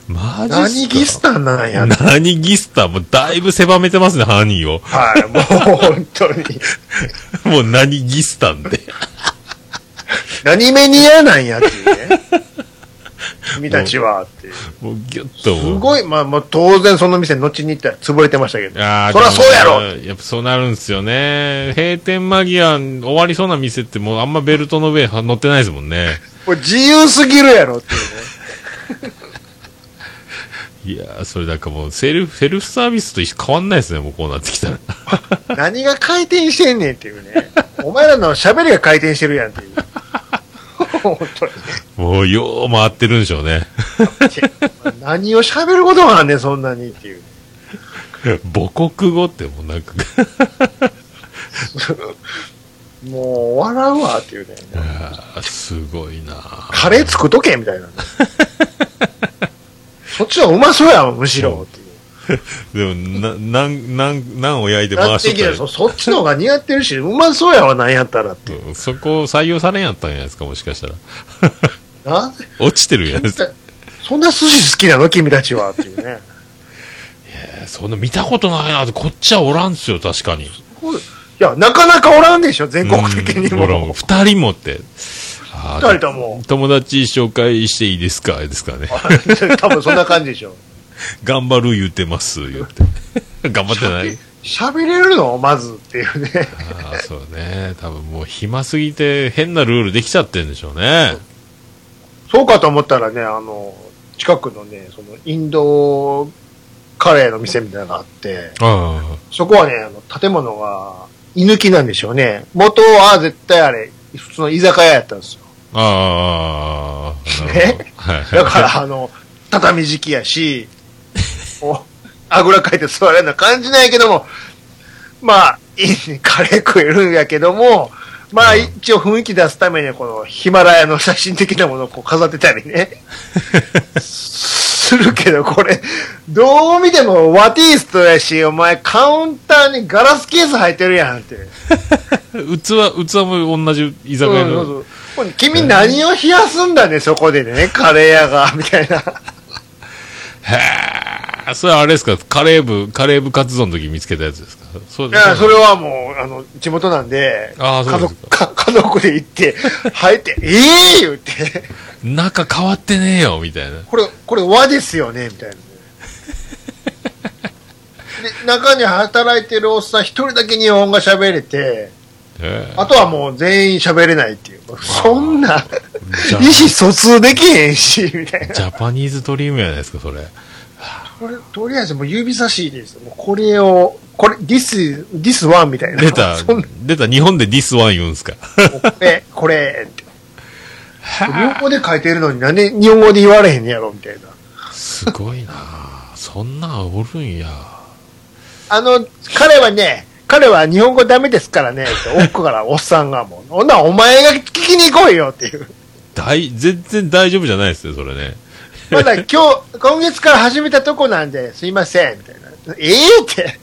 Speaker 1: マジっすか
Speaker 2: 何ギスタンなんやね。
Speaker 1: 何ギスタもうだいぶ狭めてますね、ハニーを。
Speaker 2: はい、もう本当に。
Speaker 1: もう何ギスタン で。
Speaker 2: 何目に嫌なんやっていうね。君たちはっていう。す
Speaker 1: もうギュッともう。
Speaker 2: ごい、まあ、まあ、当然その店、後に行ったら潰れてましたけど。そり
Speaker 1: あ
Speaker 2: ゃ
Speaker 1: ー
Speaker 2: そうやろ
Speaker 1: でもやっぱそうなるんですよね。閉店間際終わりそうな店ってもうあんまベルトの上は乗ってないですもん ね。
Speaker 2: これ自由すぎるやろっていうね。
Speaker 1: いやー、それなんかもうセルフ、セルフサービスと一緒変わんないですね、もうこうなってきたら。
Speaker 2: 何が回転してんねんっていうね。お前らの喋りが回転してるやんって いう。本当にね
Speaker 1: もうよう回ってるんでしょう ね。
Speaker 2: 何を喋ることがあんねん、そんなにっていう。
Speaker 1: 母国語ってもうなんか
Speaker 2: ねもう終わらんわっていうね。
Speaker 1: あーすごいな
Speaker 2: カレー作っとけみたいな。そっちはうまそうやん、むしろ。ってい
Speaker 1: で
Speaker 2: う
Speaker 1: も、な、なん、なん、なんを焼いて
Speaker 2: や
Speaker 1: 回
Speaker 2: っ
Speaker 1: してと
Speaker 2: い
Speaker 1: っ
Speaker 2: け
Speaker 1: た
Speaker 2: ない
Speaker 1: ら
Speaker 2: そそっちの方が似合ってるし、うまそうやわ、なんやったらっていう。
Speaker 1: うんそこ採用されんやったんじゃないですか、もしかしたら。
Speaker 2: な
Speaker 1: 落ちてるやつ。
Speaker 2: そんな寿司好きなの君たちはっていうね。
Speaker 1: そんな見たことないなって、こっちはおらんすよ、確かに。
Speaker 2: いや、なかなかおらんでしょ、全国的に
Speaker 1: うんおらん
Speaker 2: も。
Speaker 1: 二人もって。あー
Speaker 2: 二人 とも。
Speaker 1: 友達紹介していいですかですかね。
Speaker 2: 多分そんな感じでしょ。
Speaker 1: 頑張る言うてます、言うて。頑張って ない
Speaker 2: 喋れるのまずっていうね。
Speaker 1: ああ、そうね。多分もう暇すぎて変なルールできちゃってんでしょうね。
Speaker 2: そうかと思ったらね、あの、近くのね、その、インドカレーの店みたいなのがあって、
Speaker 1: あ
Speaker 2: そこはね、あの建物が、居抜きなんでしょうね。元は絶対あれ、普通の居酒屋やったんですよ。
Speaker 1: あ。ああ。なるほどはい
Speaker 2: だから、あの、畳敷きやし、こうあぐらかいて座れるような感じなんやけども、まあ、いいカレー食えるんやけども、まあ、
Speaker 1: うん
Speaker 2: 一応雰囲気出すためには、このヒマラヤの写真的なものをこう飾ってたりね、するけど、これ、どう見てもワティーストやし、お前カウンターにガラスケース入ってるやんって。
Speaker 1: 器、器も同じ居酒屋
Speaker 2: うん
Speaker 1: の。
Speaker 2: そうそう君何を冷やすんだね、そこでね、カレー屋が、みたいな。
Speaker 1: へえ。それはあれですかカレー部、カレー部活動の時見つけたやつですかそう
Speaker 2: い
Speaker 1: です
Speaker 2: や、それはもう、あの、地元なんで、
Speaker 1: あーそうで
Speaker 2: 家
Speaker 1: す
Speaker 2: 族、か家族で行 って、入って、ええ言って、
Speaker 1: 中変わってねえよ、みたいな。
Speaker 2: これ、これ和ですよね みたいなね。で、中に働いてるおっさん一人だけ日本語が喋れて、
Speaker 1: へえ
Speaker 2: あとはもう全員喋れないっていう。そんな、
Speaker 1: じゃあ
Speaker 2: 意思疎通できへんし、みたいな。
Speaker 1: ジャパニーズドリームやないですか、それ。
Speaker 2: これ、とりあえずもう指差しです。もうこれを、これ、this, is- this one みたいな。
Speaker 1: 出た
Speaker 2: そんな、
Speaker 1: 出た、日本でディスワン言うんすか。
Speaker 2: これ、これって。日本語で書いてるのになんで日本語で言われへんねやろみたいな。
Speaker 1: すごいなあそんなんおるんや。
Speaker 2: あの、彼はね、彼は日本語ダメですからね、って奥から おっさんがもう、ほんならお前が聞きに来いよっていう。
Speaker 1: 大、全然大丈夫じゃないですよ、それね。
Speaker 2: まだ今日、今月から始めたとこなんで、すいません、みたいな。ええって。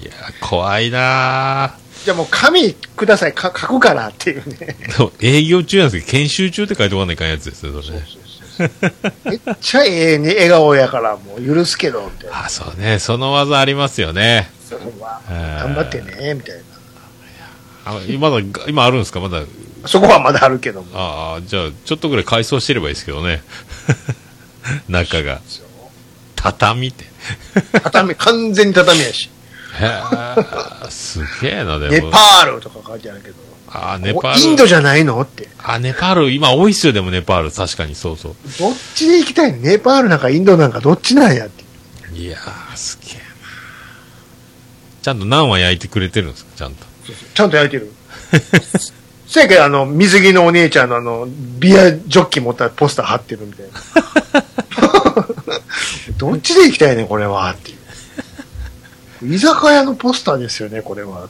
Speaker 1: いや、怖いなあ
Speaker 2: じゃあもう紙ください、か書くからってい うね。
Speaker 1: でも営業中なんですけど、研修中って書いておかないかんやつですよ、それね。
Speaker 2: めっちゃええね、笑顔やからもう許すけど、みたいな。
Speaker 1: あ、そうね。その技ありますよね。
Speaker 2: それは
Speaker 1: あー
Speaker 2: 頑張ってね、みたいな。
Speaker 1: あ今だ、今あるんですかまだ。
Speaker 2: そこはまだあるけども。
Speaker 1: ああ、じゃあ、ちょっとぐらい改装してればいいですけどね。 中が。畳って。
Speaker 2: 畳、完全に畳やし。
Speaker 1: へえ、すげえな、で
Speaker 2: ネ
Speaker 1: も。
Speaker 2: パールとか書いてあるけど。
Speaker 1: あー、ネパール。
Speaker 2: インドじゃないのって。
Speaker 1: あ、ネパール、今多いっすよ、でもネパール。確かに、そうそう。
Speaker 2: どっちで行きたいネパールなんかインドなんかどっちなんやって。
Speaker 1: いやー、すげえな。ちゃんとナンは焼いてくれてるんですかちゃんと。
Speaker 2: ちゃんと焼 いてる。せやけど、あの、水着のお姉ちゃんのあの、ビアジョッキ持ったポスター貼ってるみ たいな。どっちで行きたいね、これは、っていう。居酒屋のポスターですよね、これは。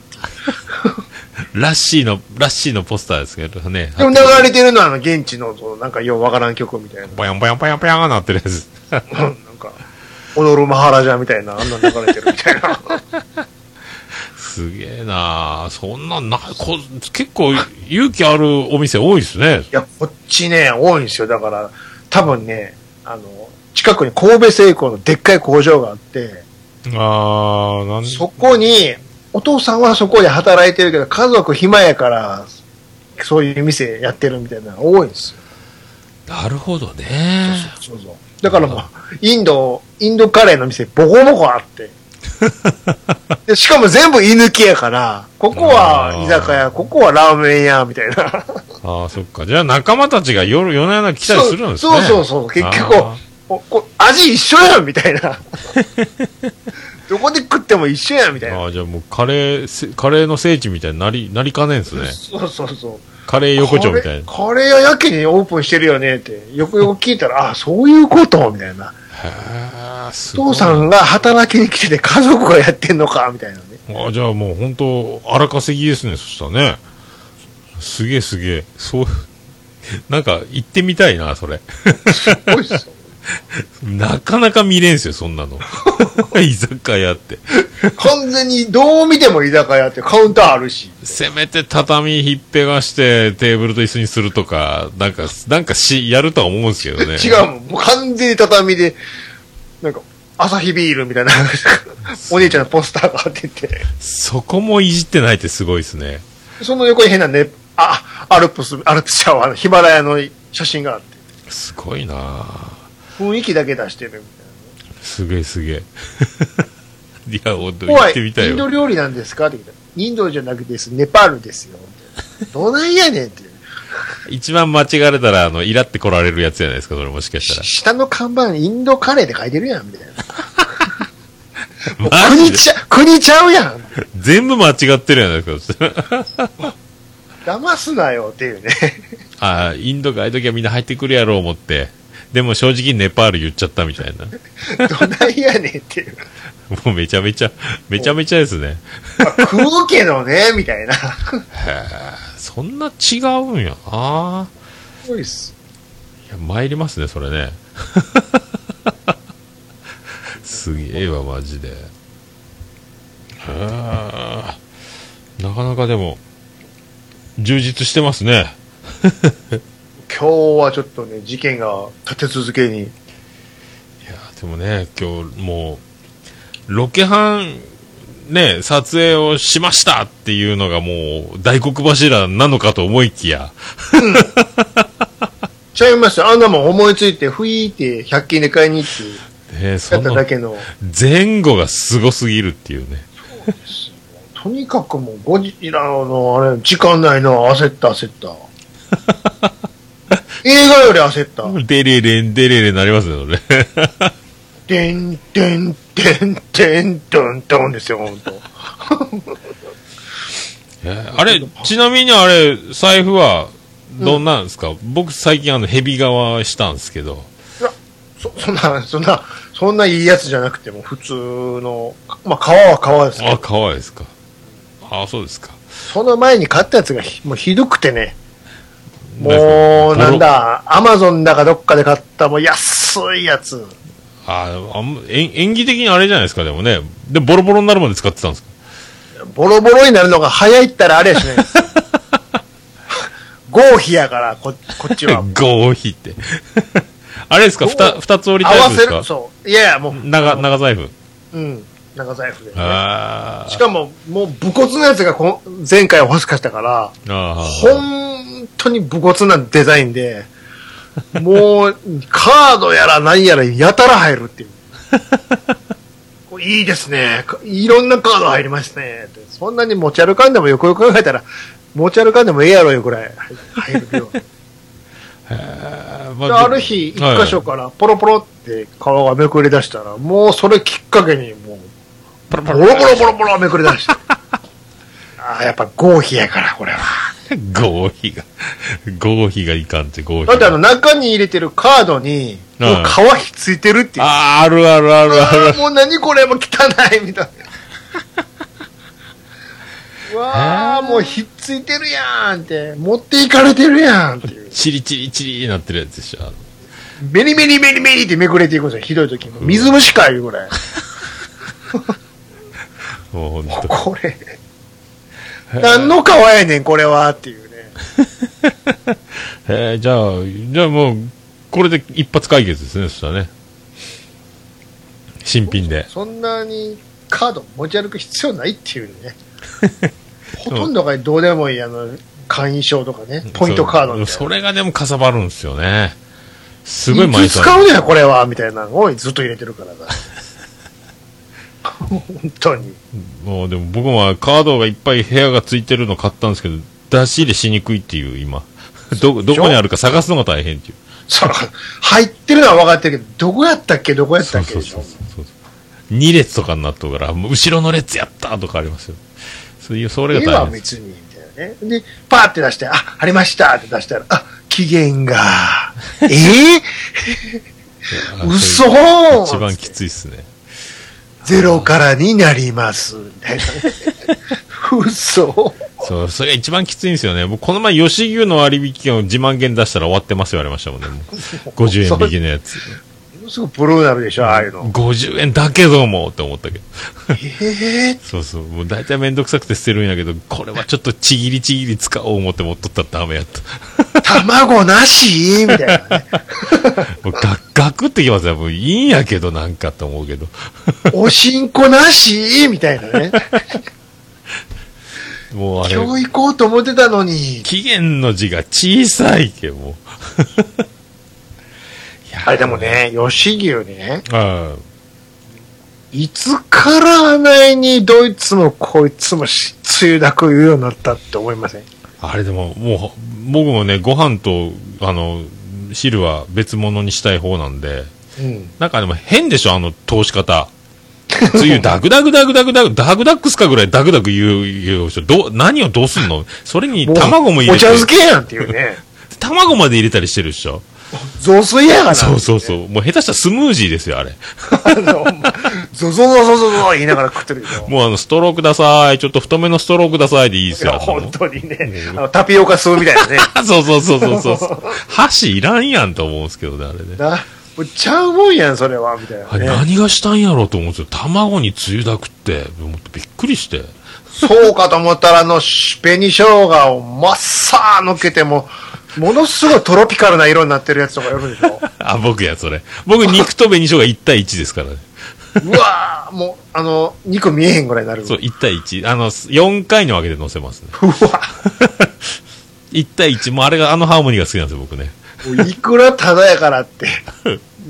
Speaker 1: ラッシーの、ラッシーのポスターですけどね。
Speaker 2: でも流れてるのは、あの、現地の、そのなんかようわからん曲みたいな。
Speaker 1: ぽやんぽやんぽやんぽやんなってるやつ。
Speaker 2: うんなんか、踊るマハラジャみたいな、あんなん流れてるみたいな。
Speaker 1: すげえなーそんなんな、こ結構勇気あるお店多いですね。
Speaker 2: いや、こっちね、多いんですよ。だから、多分ね、あの、近くに神戸製鋼のでっかい工場があって、
Speaker 1: あー、なん
Speaker 2: そこに、お父さんはそこで働いてるけど、家族暇やから、そういう店やってるみたいなのが多いんですよ。
Speaker 1: なるほどね。
Speaker 2: そうそう。だからもう、インド、インドカレーの店、ボコボコあって。でしかも全部居抜きやから、ここ
Speaker 1: あ
Speaker 2: は
Speaker 1: ー
Speaker 2: 居酒屋、ここはラーメン屋、みたいな。
Speaker 1: あー、そっか。じゃあ仲間たちが夜、夜な夜な来たりするんですね。
Speaker 2: そうそうそうそう結局
Speaker 1: あ
Speaker 2: おこ味一緒やんみた いなどこで食っても一緒やんみたい
Speaker 1: ー
Speaker 2: な
Speaker 1: あー、じゃあもうカレーせ、カレーの聖地みたいになり、なりかねんですね。
Speaker 2: そうそうそう
Speaker 1: カレー横丁みたいな。
Speaker 2: カレーカレー屋やけにオープンしてるよねってよくよく聞いたらあそういうことみたいな
Speaker 1: へー、すご
Speaker 2: 父
Speaker 1: い。
Speaker 2: さんが働きに来てて家族 がやってんのかみたいなね
Speaker 1: あじゃあもう本当荒稼ぎですねそしたらねすげえすげえ。そう、 なんか行ってみたいな、それ。
Speaker 2: すごいっすよ。
Speaker 1: なかなか見れんすよ、そん なの。居酒屋って。
Speaker 2: 完全にどう見ても居酒屋ってカウンターあるし。
Speaker 1: せめて畳ひっぺがしてテーブルと椅子にするとか、なんか、なんかし、やるとは思うんですけどね。
Speaker 2: 違うもん。もう完全に畳で、なんか、朝日ビールみたいな、 お姉ちゃんのポスターが貼ってて、
Speaker 1: そこもいじってないってすごいですね。
Speaker 2: その横に変なね、あ、アルプス、アルプスシャワーのヒマラヤの写真があって、
Speaker 1: すごいなあ
Speaker 2: 雰囲気だけ出してるみたいな。
Speaker 1: すげえすげえ。 いや、本当に行
Speaker 2: 怖
Speaker 1: っ
Speaker 2: い。
Speaker 1: てみたい
Speaker 2: インド
Speaker 1: よ。
Speaker 2: 料理なんですかって聞いたらインドじゃなくてです、ネパールですよ。みたいなどないやねんっていう。
Speaker 1: 一番間違われたら、あの、イラって来られるやつじゃないですか、それもしかしたら。
Speaker 2: 下の看板、インドカレーって書いてるやん、みたいな。
Speaker 1: マジ
Speaker 2: 国
Speaker 1: で
Speaker 2: ちゃ、国ちゃうやん。
Speaker 1: 全部間違ってるやないですか。
Speaker 2: 騙すなよっていうね。
Speaker 1: ああ、インドがああいう時はみんな入ってくるやろう思って。でも正直ネパール言っちゃったみたいな。
Speaker 2: どないやねんっていう。
Speaker 1: もうめちゃめちゃ、めちゃめちゃですね。
Speaker 2: まあ、食うけどね、みたいな。
Speaker 1: そんな違うんやな。
Speaker 2: すごいっす。
Speaker 1: いや、参りますね、それね。 すげえわ、マジで。へえ。なかなかでも、充実してますね。
Speaker 2: 今日はちょっとね、事件が立て続けに。
Speaker 1: いやーでもね、今日もう、ロケハン、ね、撮影をしましたっていうのがもう、大黒柱なのかと思いきや、
Speaker 2: ちゃいますよ。あんなもん思いついて、ふいーって100均で買いに行って、
Speaker 1: ね、
Speaker 2: や
Speaker 1: そ
Speaker 2: っただ
Speaker 1: の
Speaker 2: けの。
Speaker 1: 前後がすごすぎるっていうね。
Speaker 2: とにかくもう、ゴジラの、あれ、時間ないの、焦った、焦った。映画より焦った。
Speaker 1: デレレンデレレになりますね、それ。
Speaker 2: てんてんてんてんてんてんですよ、ほんと。
Speaker 1: あれ、ちなみにあれ、財布は、どんなんですか、僕最近あの、蛇側したんですけど、
Speaker 2: そ、そんな、そんな、そんないいやつじゃなくても、普通の、まあ、皮は皮ですけ
Speaker 1: あ、
Speaker 2: ど、
Speaker 1: 可愛いですか。あ、そうですか。
Speaker 2: その前に買ったやつがひもうひどくてね、もう、
Speaker 1: ボロ
Speaker 2: なんだ、アマゾンだかどっかで買った、もう安いやつ。
Speaker 1: ああんま演演技的にあれじゃないですか、でもね。で、ボロボロになるまで使ってたんですか
Speaker 2: ボロボロになるのが早いったらあれ やしないです。合否やから、ここっちは。
Speaker 1: 合皮って。あれですか
Speaker 2: 合
Speaker 1: ふた二つ折り
Speaker 2: 合
Speaker 1: タイ
Speaker 2: わ
Speaker 1: プで
Speaker 2: せ
Speaker 1: す
Speaker 2: る、
Speaker 1: か
Speaker 2: そう。いやいや、もう、
Speaker 1: 長、長財布。
Speaker 2: うん、長財布で、ね。
Speaker 1: あ
Speaker 2: しかも、もう武骨なやつがこん前回お恥ずかしたから、
Speaker 1: ーあー。
Speaker 2: 本当に武骨なデザインで、もう、カードやら何やらやたら入るっていう。これいいですね。いろんなカード入りますね。ってそんなに持ち歩かんでもよくよく考えたら、持ち歩かんでもええやろよくらい入るよ。
Speaker 1: あ
Speaker 2: である日、一箇所
Speaker 1: か。
Speaker 2: からポロポロって皮がめくり出したら、もうそれきっかけに、もう、
Speaker 1: パラ
Speaker 2: ボ
Speaker 1: パ
Speaker 2: ロ
Speaker 1: ラ。
Speaker 2: ボロボロボロめくり出して。ああ、やっぱ合否やから、これは。
Speaker 1: 合皮が。合皮がいかんって、合皮
Speaker 2: だ
Speaker 1: が。
Speaker 2: ってあの中に入れてるカードに、
Speaker 1: うん
Speaker 2: もう皮ひっついてるっていう。あ
Speaker 1: あーあるあるあるある。
Speaker 2: ーもう何これもう汚いみたい な。うわあ、
Speaker 1: へー
Speaker 2: もうひっついてるやんって。持っていかれてるやんっていう。
Speaker 1: チリチリチリなってるやつでしょ。あの
Speaker 2: メリメリメリメリってめくれていくんですよ。ひどい時も。水虫かいうぐらい。
Speaker 1: もうほ んと。
Speaker 2: これ。何の皮やねん、これはっていうね。
Speaker 1: えー、じゃあ、じゃあもう、これで一発解決ですね、そしたらね。新品で。
Speaker 2: そんなにカード持ち歩く必要ないっていう ね。ほとんどがどうでもいい、あの、会員証とかね、ポイントカードみたいな
Speaker 1: そそれがでもかさばるんですよね。す
Speaker 2: い
Speaker 1: ごい毎
Speaker 2: つ使
Speaker 1: 回。
Speaker 2: うねや、これは、みたいなのをずっと入れてるから だ。本当に。
Speaker 1: もうでも僕もカードがいっぱい部屋がついてるの買ったんですけど、出し入れしにくいっていう、今。ど、どこにあるか探すのが大変っていう。
Speaker 2: そう、入ってるのは分かってるけど、どこやったっけ、どこやったっけでしょ。
Speaker 1: そうそう。2列とかになっとうから、もう後ろの列やったとかありますよ。そういう、それ
Speaker 2: ええ
Speaker 1: が大
Speaker 2: わ、
Speaker 1: 変です。
Speaker 2: 別に、みたいなね。で、パーって出して、あ、ありましたって出したら、あ、期 限が、え
Speaker 1: あ
Speaker 2: ぇ、
Speaker 1: そういう
Speaker 2: 嘘
Speaker 1: 一番きついっすね。
Speaker 2: ゼロからになります、みたいなね。嘘
Speaker 1: そう、それが一番きついんですよね。僕、この前、吉牛の割引券を自慢券出したら終わってますよ、言われましたもんね。もう50円引きのやつ。
Speaker 2: ものすごくブルーなるでしょ、ああいうの。
Speaker 1: 50円だけどもって思ったけど。
Speaker 2: ええ
Speaker 1: そうそう。もう大体めんどくさくて捨てるんやけど、これはちょっとちぎりちぎり使おう思って持っとったらダメやった。
Speaker 2: 卵なしみたいな ね。
Speaker 1: もうガクガクってきますね。もういいんやけどなんかと思うけど。
Speaker 2: おしんこなしみたいなね。
Speaker 1: もうあれ、
Speaker 2: 今日行こうと思ってたのに。
Speaker 1: 期限の字が小さい けど。もういや
Speaker 2: あれでも。ね、吉牛ね、
Speaker 1: あ
Speaker 2: いつからあないにどいつもこいつもしつゆだく言うようになったって思いません
Speaker 1: あれでも、もう、僕もね、ご飯と、あの、汁は別物にしたい方なんで、
Speaker 2: うん。
Speaker 1: なんかでも変でしょ、あの通し方。つ ゆダグダグダグダグダグ、ダグダックスかぐらいダグダグ言う、言う人、どう、何をどうすんのそれに
Speaker 2: う
Speaker 1: 卵も入
Speaker 2: お
Speaker 1: れて
Speaker 2: 茶、漬けやんっていうね。
Speaker 1: 卵まで入れたりしてるでしょ。
Speaker 2: 雑炊やがな。
Speaker 1: そうそうそう。もう下手したらスムージーですよ、あれ。
Speaker 2: あのゾゾゾゾゾゾ言いながら食ってるけど。
Speaker 1: もうあの、ストローください。ちょっと太めのストローくださいでいいで
Speaker 2: い
Speaker 1: すよ。
Speaker 2: や、本
Speaker 1: あ
Speaker 2: 当にね、あのタピオカ吸うみたいなね。
Speaker 1: の そうそうそうそうそうそう。箸いらんやんと思うんですけどね、あれね。
Speaker 2: な、もうちゃうもんやん、それは、みたい
Speaker 1: あれ
Speaker 2: なね。
Speaker 1: 何がしたんやろうと思うんですよ。卵につゆだくって、もっとびっくりして。
Speaker 2: そうかと思ったら、あの、紅生姜をまっさーのっけても、ものすごいトロピカルな色になってるやつとかやるでしょ。
Speaker 1: あ、僕や、それ。僕、肉と紅生姜1対1ですから ね。
Speaker 2: うわー、もう、あの、肉見えへんぐらいになる。
Speaker 1: そう、1対1。あの、4回に分けて乗せますね。
Speaker 2: うわ
Speaker 1: 1対1。もうあれが、あのハーモニーが好きなんですよ、僕ね。
Speaker 2: もういくらタダやからって。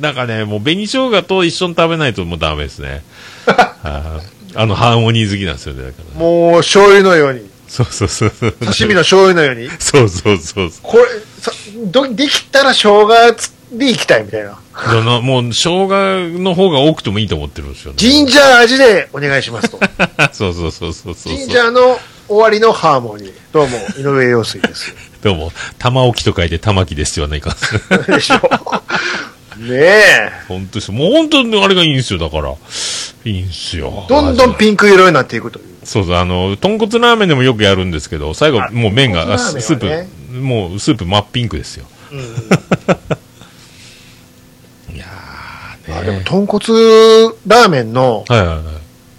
Speaker 1: なんかね、もう紅生姜と一緒に食べないともうダメです ね。あーあの、ハーモニー好きなんですよね、だから、ね。
Speaker 2: もう、醤油のように。
Speaker 1: そうそうそう。
Speaker 2: 刺身の醤油のように。
Speaker 1: そうそうそうそ
Speaker 2: これ、さどできたら生姜つでいきたいみたいな。
Speaker 1: う。どのもう、生姜の方が多くてもいいと思ってるんですよね。
Speaker 2: ジンジャー味でお願いしますと。
Speaker 1: そうそうそうそうそう
Speaker 2: ジンジ
Speaker 1: そう。
Speaker 2: ャーの終わりのハーモニー。どうも、井上陽水です。
Speaker 1: どうも、玉置と書いて玉木ですよね、いかん。
Speaker 2: でしょ。ねえ。
Speaker 1: 本当です。もう本当にあれがいいんですよ、だから。いいんですよ。
Speaker 2: どんどん
Speaker 1: ン。
Speaker 2: ピンク色になって いくという。
Speaker 1: そうそう、あの、豚骨ラーメンでもよくやるんですけど、最後
Speaker 2: あ、
Speaker 1: もう麺が、
Speaker 2: 豚
Speaker 1: あ
Speaker 2: 骨ラーメンはね
Speaker 1: スープ、もうスープ真っピンクですよ。いやーね。
Speaker 2: あでも、豚骨ラーメンの、
Speaker 1: はいはいはい。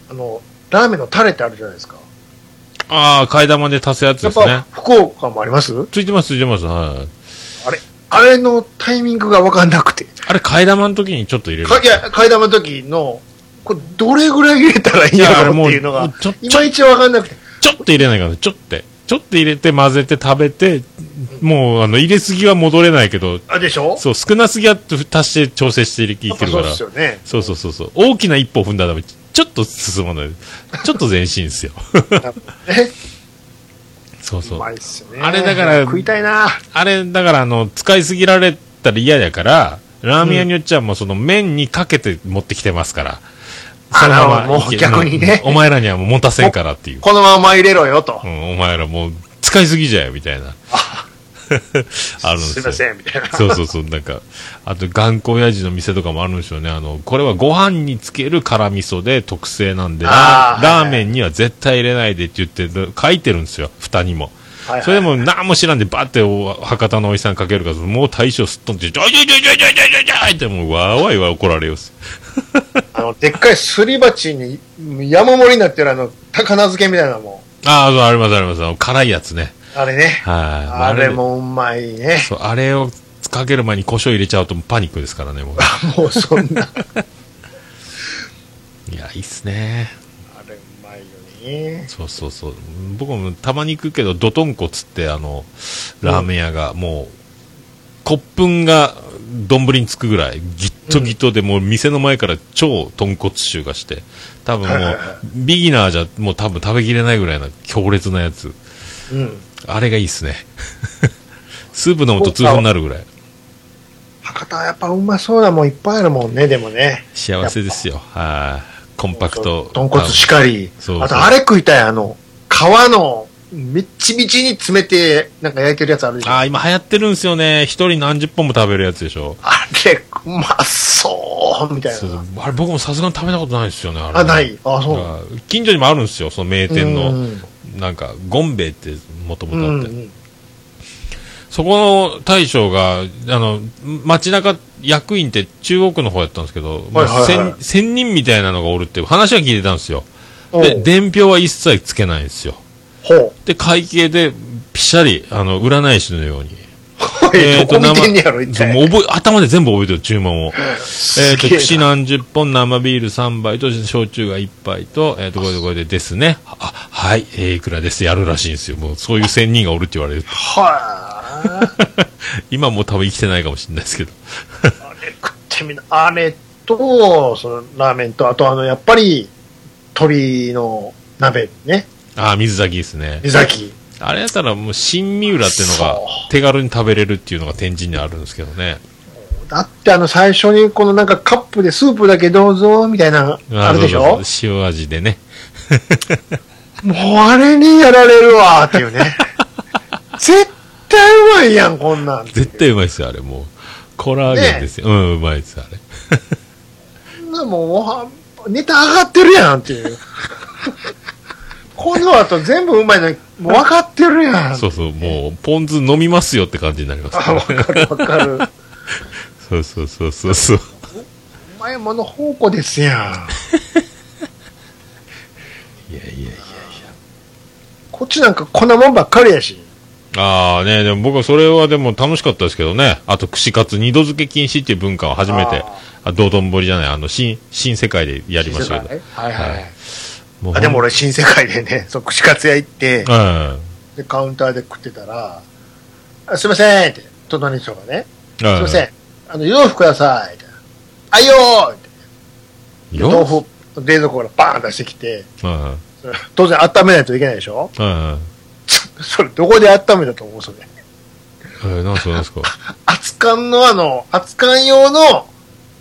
Speaker 2: あの、ラーメンのタレってあるじゃないですか。
Speaker 1: ああ、替え玉で足すやつで
Speaker 2: やっ
Speaker 1: す
Speaker 2: ぱ
Speaker 1: ね。、
Speaker 2: 福岡もあります
Speaker 1: ついてます、ついてます。はい。
Speaker 2: あれあれのタイミングがわかんなくて。
Speaker 1: あれ、替え玉の時にちょっと入れる。
Speaker 2: かいや、替え玉の時の、これどれぐらい入れたらいいんやろうっていうの
Speaker 1: いやあれ
Speaker 2: が
Speaker 1: もうちょ、
Speaker 2: いまいちわかんなくて。
Speaker 1: ちょっと入れないから、ちょっと。ちょっと入れて混ぜて食べて、もう、あの、入れすぎは戻れないけど、
Speaker 2: あ、でしょ
Speaker 1: そう、少なすぎは足して調整していけ
Speaker 2: や
Speaker 1: る
Speaker 2: っぱ
Speaker 1: か
Speaker 2: そう
Speaker 1: ら
Speaker 2: で。すよね。
Speaker 1: そうそうそうそう。大きな一歩踏んだらダメ。ちょっと進まない。ちょっと前進ですよ。
Speaker 2: ね
Speaker 1: そうそうう。
Speaker 2: まいっすよね。
Speaker 1: あれだから
Speaker 2: 食いたいな。
Speaker 1: あれ、だから、あの、使いすぎられたら嫌だから、ラーメン屋によっちゃもうその麺にかけて持ってきてますから。
Speaker 2: あ
Speaker 1: そのまま
Speaker 2: なるほどもう
Speaker 1: いけ
Speaker 2: 逆にね
Speaker 1: もうお前らにはもう持たせんからっていう。
Speaker 2: このまま入れろよと
Speaker 1: う。ん、お前らもう使いすぎじゃよ、みたいな。 あるんです
Speaker 2: すい
Speaker 1: よ。
Speaker 2: ません、みたいな。
Speaker 1: そうそうそう、なんか、あと、頑固親父の店とかもあるんですよね。あの、これはご飯につける辛味噌で特製なんで、
Speaker 2: あ
Speaker 1: ラ
Speaker 2: ー
Speaker 1: ーメンには絶対入れないでって言って、書いてるんですよ、蓋にも。
Speaker 2: はいはい
Speaker 1: それでも、何も知らんで、バってお、博多のおじさんかけるから、もう大将すっとんで、ちょいちょいちょいちょいちょいちょいちょいって、もう、わーわいわい怒られよ。
Speaker 2: あの、でっかいすり鉢に山盛りになってるあの、高菜漬けみたいなのも
Speaker 1: ああ、そう、あります、あります。あの辛いやつね。
Speaker 2: ん。あれね。
Speaker 1: はい。
Speaker 2: あれ。もうまいね。
Speaker 1: そう、あれをかける前に胡椒入れちゃうとパニックですからね、 もう。
Speaker 2: もうそん な。あ
Speaker 1: いや、いいっすね。
Speaker 2: れうまいよね。
Speaker 1: そうそうそう僕もたまに行くけどドトンコつってあのラーメン屋がもう骨粉が丼につくぐらいギットギットでもう店の前から超豚骨臭がして多分も
Speaker 2: はいはいうは
Speaker 1: ビギナーじゃもう多分食べきれないぐらいの強烈なやつ
Speaker 2: うん。
Speaker 1: あれがいいっすね スープ飲むと痛風になるぐらい
Speaker 2: 博多はやっぱうまそうなもんいっぱいあるもんね、でもね。
Speaker 1: 幸せですよはいコンパクト
Speaker 2: 豚骨しかり。
Speaker 1: そうそう
Speaker 2: あとあれ食いたい、あの、皮の、みっちみちに詰めて、なんか焼いてるやつあるでしょ。
Speaker 1: あ
Speaker 2: あ
Speaker 1: あ今流行ってるんですよね一人何十本も食べるやつでしょ
Speaker 2: れ、うまそうみたいな。
Speaker 1: そうそうあれ僕もさすがに食べたことないですよねあれね
Speaker 2: あ、ない。あ、そう。
Speaker 1: 近所にもあるんですよその名店
Speaker 2: う
Speaker 1: の
Speaker 2: ん
Speaker 1: なんか、ゴンベイってもともとあって、
Speaker 2: うん
Speaker 1: そこの大将が、あの、街中役員って中央区の方やったんですけど、
Speaker 2: はいはいはい
Speaker 1: まあ千千人みたいなのがおるっていう話は聞いてたんですよ。
Speaker 2: うん
Speaker 1: で、伝票は一切つけないんですよ。
Speaker 2: ほう。
Speaker 1: で、会計で、ぴしゃり、あの、占い師のように。
Speaker 2: え
Speaker 1: え
Speaker 2: ー、
Speaker 1: ー
Speaker 2: どこ見
Speaker 1: 生
Speaker 2: てんねやろ、一体。
Speaker 1: もう覚え、頭で全部覚えてる、注文を。えっ、
Speaker 2: す
Speaker 1: と、
Speaker 2: げえ
Speaker 1: 串何十本、生ビール3杯と、焼酎が1杯と、えっ、と、これでこれでですね。あ、はい、えーいくらです、やるらしいんですよ。もう、そういう仙人がおるって言われる。
Speaker 2: はあ。
Speaker 1: 今もう多分生きてないかもしれないですけど。
Speaker 2: あれ食ってみな。あれと、そのラーメンと、あとあの、やっぱり、鳥の鍋ね。
Speaker 1: あー、水炊きですね。
Speaker 2: 水炊き。
Speaker 1: あれやったらもう、新三浦っていうのが
Speaker 2: そ、
Speaker 1: 手軽に食べれるっていうのが天神にあるんですけどね。
Speaker 2: だってあの、最初にこのなんかカップでスープだけどうぞ、みたいな、あるでし
Speaker 1: ど
Speaker 2: ょ
Speaker 1: うぞ塩味でね。
Speaker 2: もうあれにやられるわ、っていう ね。絶対うまいやん、こんなん。
Speaker 1: 絶対うまいですよ、あれもう。コラーゲンですよ。うん、うまいです、あれ。
Speaker 2: こんなもうご飯、ネタ上がってるやんっていう。この後全部うまいのに、もう分かってるやん。
Speaker 1: そうそう、もう、ポン酢飲みますよって感じになります
Speaker 2: あ、分かる分かる。う
Speaker 1: そうそうそうそうそう。
Speaker 2: まいもの宝庫ですやん。
Speaker 1: いやいやいや。
Speaker 2: こっちなんかこんなもんばっかりやし。
Speaker 1: ああね、でも僕はそれはでも楽しかったですけどね。あと、串カツ二度漬け禁止っていう文化を初めて
Speaker 2: あ、
Speaker 1: あ道頓堀じゃない、あの、新、新世界でやりましたけど。
Speaker 2: 新世界はいはいはい。
Speaker 1: もう
Speaker 2: あでも俺新世界でね、そう、串カツ屋行って、
Speaker 1: うん。
Speaker 2: で、カウンターで食ってたら、あすいませんって、隣の人がね、
Speaker 1: すい
Speaker 2: すいません、あの、湯豆腐くださいって。あいよーって。で豆
Speaker 1: よ。
Speaker 2: 腐、冷蔵庫からバーン出してきて、
Speaker 1: うん。うん。
Speaker 2: それ当然温めないといけないでしょ
Speaker 1: うん
Speaker 2: それどこで温めたと思うそれ。
Speaker 1: えー、なんすか、なんすか。
Speaker 2: 熱燗のあの、熱燗用の、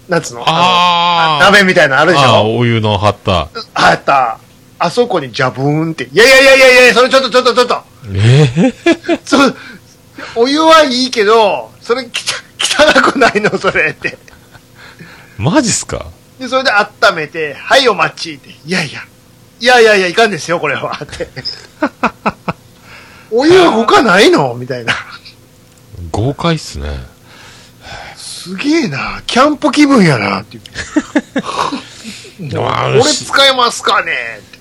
Speaker 2: なんつうの
Speaker 1: あ
Speaker 2: の
Speaker 1: ー
Speaker 2: 鍋みたいな のあるでし
Speaker 1: ああ、
Speaker 2: ょ
Speaker 1: お湯の張った。
Speaker 2: ああった。あそこにジャブーンって。いやいやいやいやいや、それちょっとちょっとちょっと。
Speaker 1: ええ
Speaker 2: そお湯はいいけど、それきた汚くないのそれって。
Speaker 1: マジっすか
Speaker 2: で、それで温めて、はいお待ちって。いやいや。いやいやいや、いかんですよ、これは。 って。お湯は他ないのみたいな。
Speaker 1: 豪快っすね。
Speaker 2: すげえな。キャンプ気分やな。 っていう
Speaker 1: あ
Speaker 2: これ使えますかねって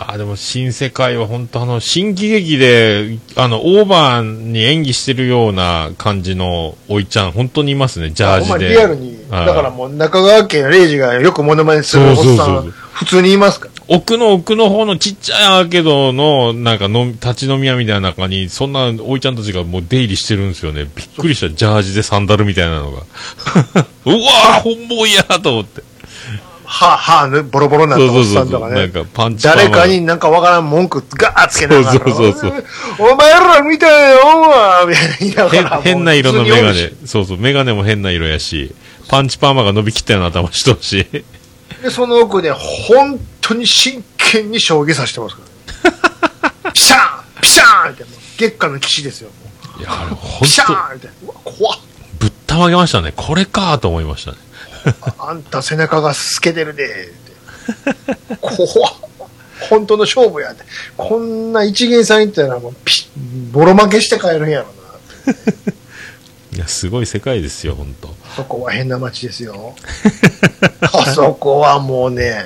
Speaker 1: あーでも新世界は本当あの新喜劇であのオーバーに演技してるような感じのおいちゃん本当にいますねジャー
Speaker 2: ほんま
Speaker 1: ジで
Speaker 2: リアルに、
Speaker 1: はい
Speaker 2: だからもう中川家のレイジがよくモノマネするおっ
Speaker 1: そうそう
Speaker 2: さ、
Speaker 1: そうん
Speaker 2: 普通にいますから。
Speaker 1: 奥の奥の方のちっちゃいアーケードのなんかの立ち飲み屋みたいな中にそんなおいちゃんたちがもう出入りしてるんですよねびっくりしたジャージでサンダルみたい なのがうわー本物やと思って
Speaker 2: はあ、はあ、ね、ボロボロになっ
Speaker 1: そう
Speaker 2: た
Speaker 1: そ
Speaker 2: お
Speaker 1: う
Speaker 2: っ
Speaker 1: そ
Speaker 2: さ
Speaker 1: うんそ
Speaker 2: と
Speaker 1: う
Speaker 2: か
Speaker 1: なん
Speaker 2: ね。
Speaker 1: かパンチパーマ
Speaker 2: 誰かになんかわからん文句ガーッつけなが
Speaker 1: そ
Speaker 2: ら。
Speaker 1: うそうそうそう
Speaker 2: お前らみたいよみたいな言いなが
Speaker 1: 変
Speaker 2: ら。
Speaker 1: 変な色のメ
Speaker 2: も
Speaker 1: ガ
Speaker 2: う普通に
Speaker 1: ネそうそうメガネも変な色やしパンチパーマが伸びきったような頭しとるし
Speaker 2: おるしで、その奥で本当に真剣に将棋させてま すから。ピシャーンピシャーンってもう月下の騎士ですよ。
Speaker 1: いや、あれ、ほ
Speaker 2: ピシャ
Speaker 1: んと、
Speaker 2: ーンって。うわ、怖っ。
Speaker 1: ぶったまげましたね。これかと思いましたね。
Speaker 2: あんた背中が透けてるでって。怖っ本当の勝負やって。こんな一元さん言ったらもうピボロ負けして帰るんやろな。
Speaker 1: いや、すごい世界ですよ、ほんと。
Speaker 2: そこは変な街で すよ。あそこはもうね、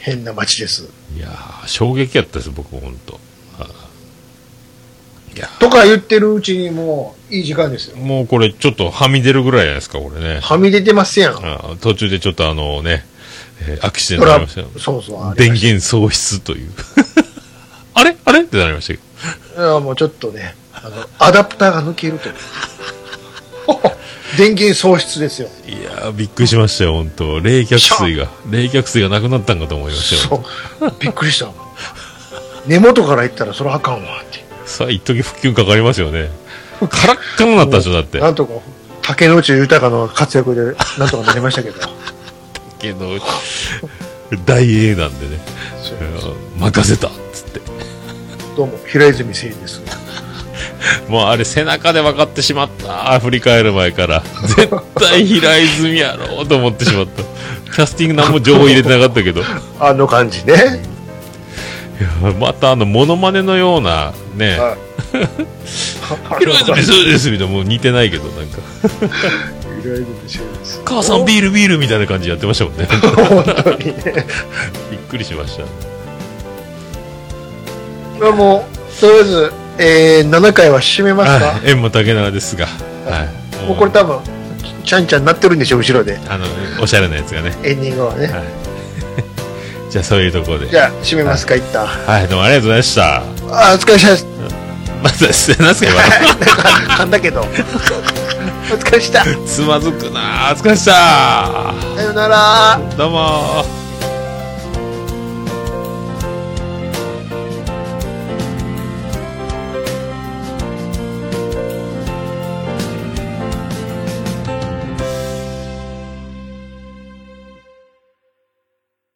Speaker 2: 変な街です。
Speaker 1: いやー、衝撃やったです、僕もほんと。あーいや
Speaker 2: とか言ってるうちにもういい時間ですよ
Speaker 1: ー。もうこれ、ちょっとはみ出るぐらいじゃないですか、これね。
Speaker 2: はみ出てますやん。
Speaker 1: あー途中でちょっとあのね、えーアクシデン
Speaker 2: ト
Speaker 1: トあり
Speaker 2: ラ
Speaker 1: ましたよ。
Speaker 2: そうそう、あれ
Speaker 1: 電。源喪失という。 あれあれってなりましたけど。
Speaker 2: いやもうちょっとね、あの、アダプターが抜けるという。電源喪失ですよ。
Speaker 1: いやー、びっくりしましたよ、ほんと。冷却水が、冷却水がなくなったんかと思いましたよ。
Speaker 2: そう。びっくりした。根元から言ったらそれあかんわって。
Speaker 1: さあ、一時復旧かかりますよね。カラッカラになったでしょ、だって。
Speaker 2: なんとか、竹野内豊の活躍でなんとかなりました けど。
Speaker 1: けど大英なんでね
Speaker 2: そう
Speaker 1: うん任せたっつって
Speaker 2: どうも、平泉誠です。
Speaker 1: もうあれ背中で分かってしまった振り返る前から絶対平泉やろうと思ってしまったキャスティング何も情報入れてなかったけどい
Speaker 2: あの感じね。
Speaker 1: やまたあのモノマネのようなね
Speaker 2: は
Speaker 1: 「
Speaker 2: いい
Speaker 1: ヒロイズですです」みたいなもう似てないけどなんか
Speaker 2: いろいろでしょうです
Speaker 1: 「母さんビールビール」みたいな感じでやってましたもんね
Speaker 2: 本当にね
Speaker 1: びっくりしました
Speaker 2: これもうとりあえず、えー、7回は締めますか、
Speaker 1: はい縁も竹縄ですがはい
Speaker 2: もうこれ多分ちゃんちゃんなってるんでしょ後ろで
Speaker 1: あのおしゃれなやつがね
Speaker 2: エンディングはね、
Speaker 1: はいじゃあそういうところで
Speaker 2: じゃあ締めますか、一旦
Speaker 1: はいどうもありがとうございました
Speaker 2: あーお疲れ様です
Speaker 1: またですね何すか今の
Speaker 2: 噛んだけど お疲れしたさ
Speaker 1: つまずくなーお疲れっした
Speaker 2: よなら
Speaker 1: どうもー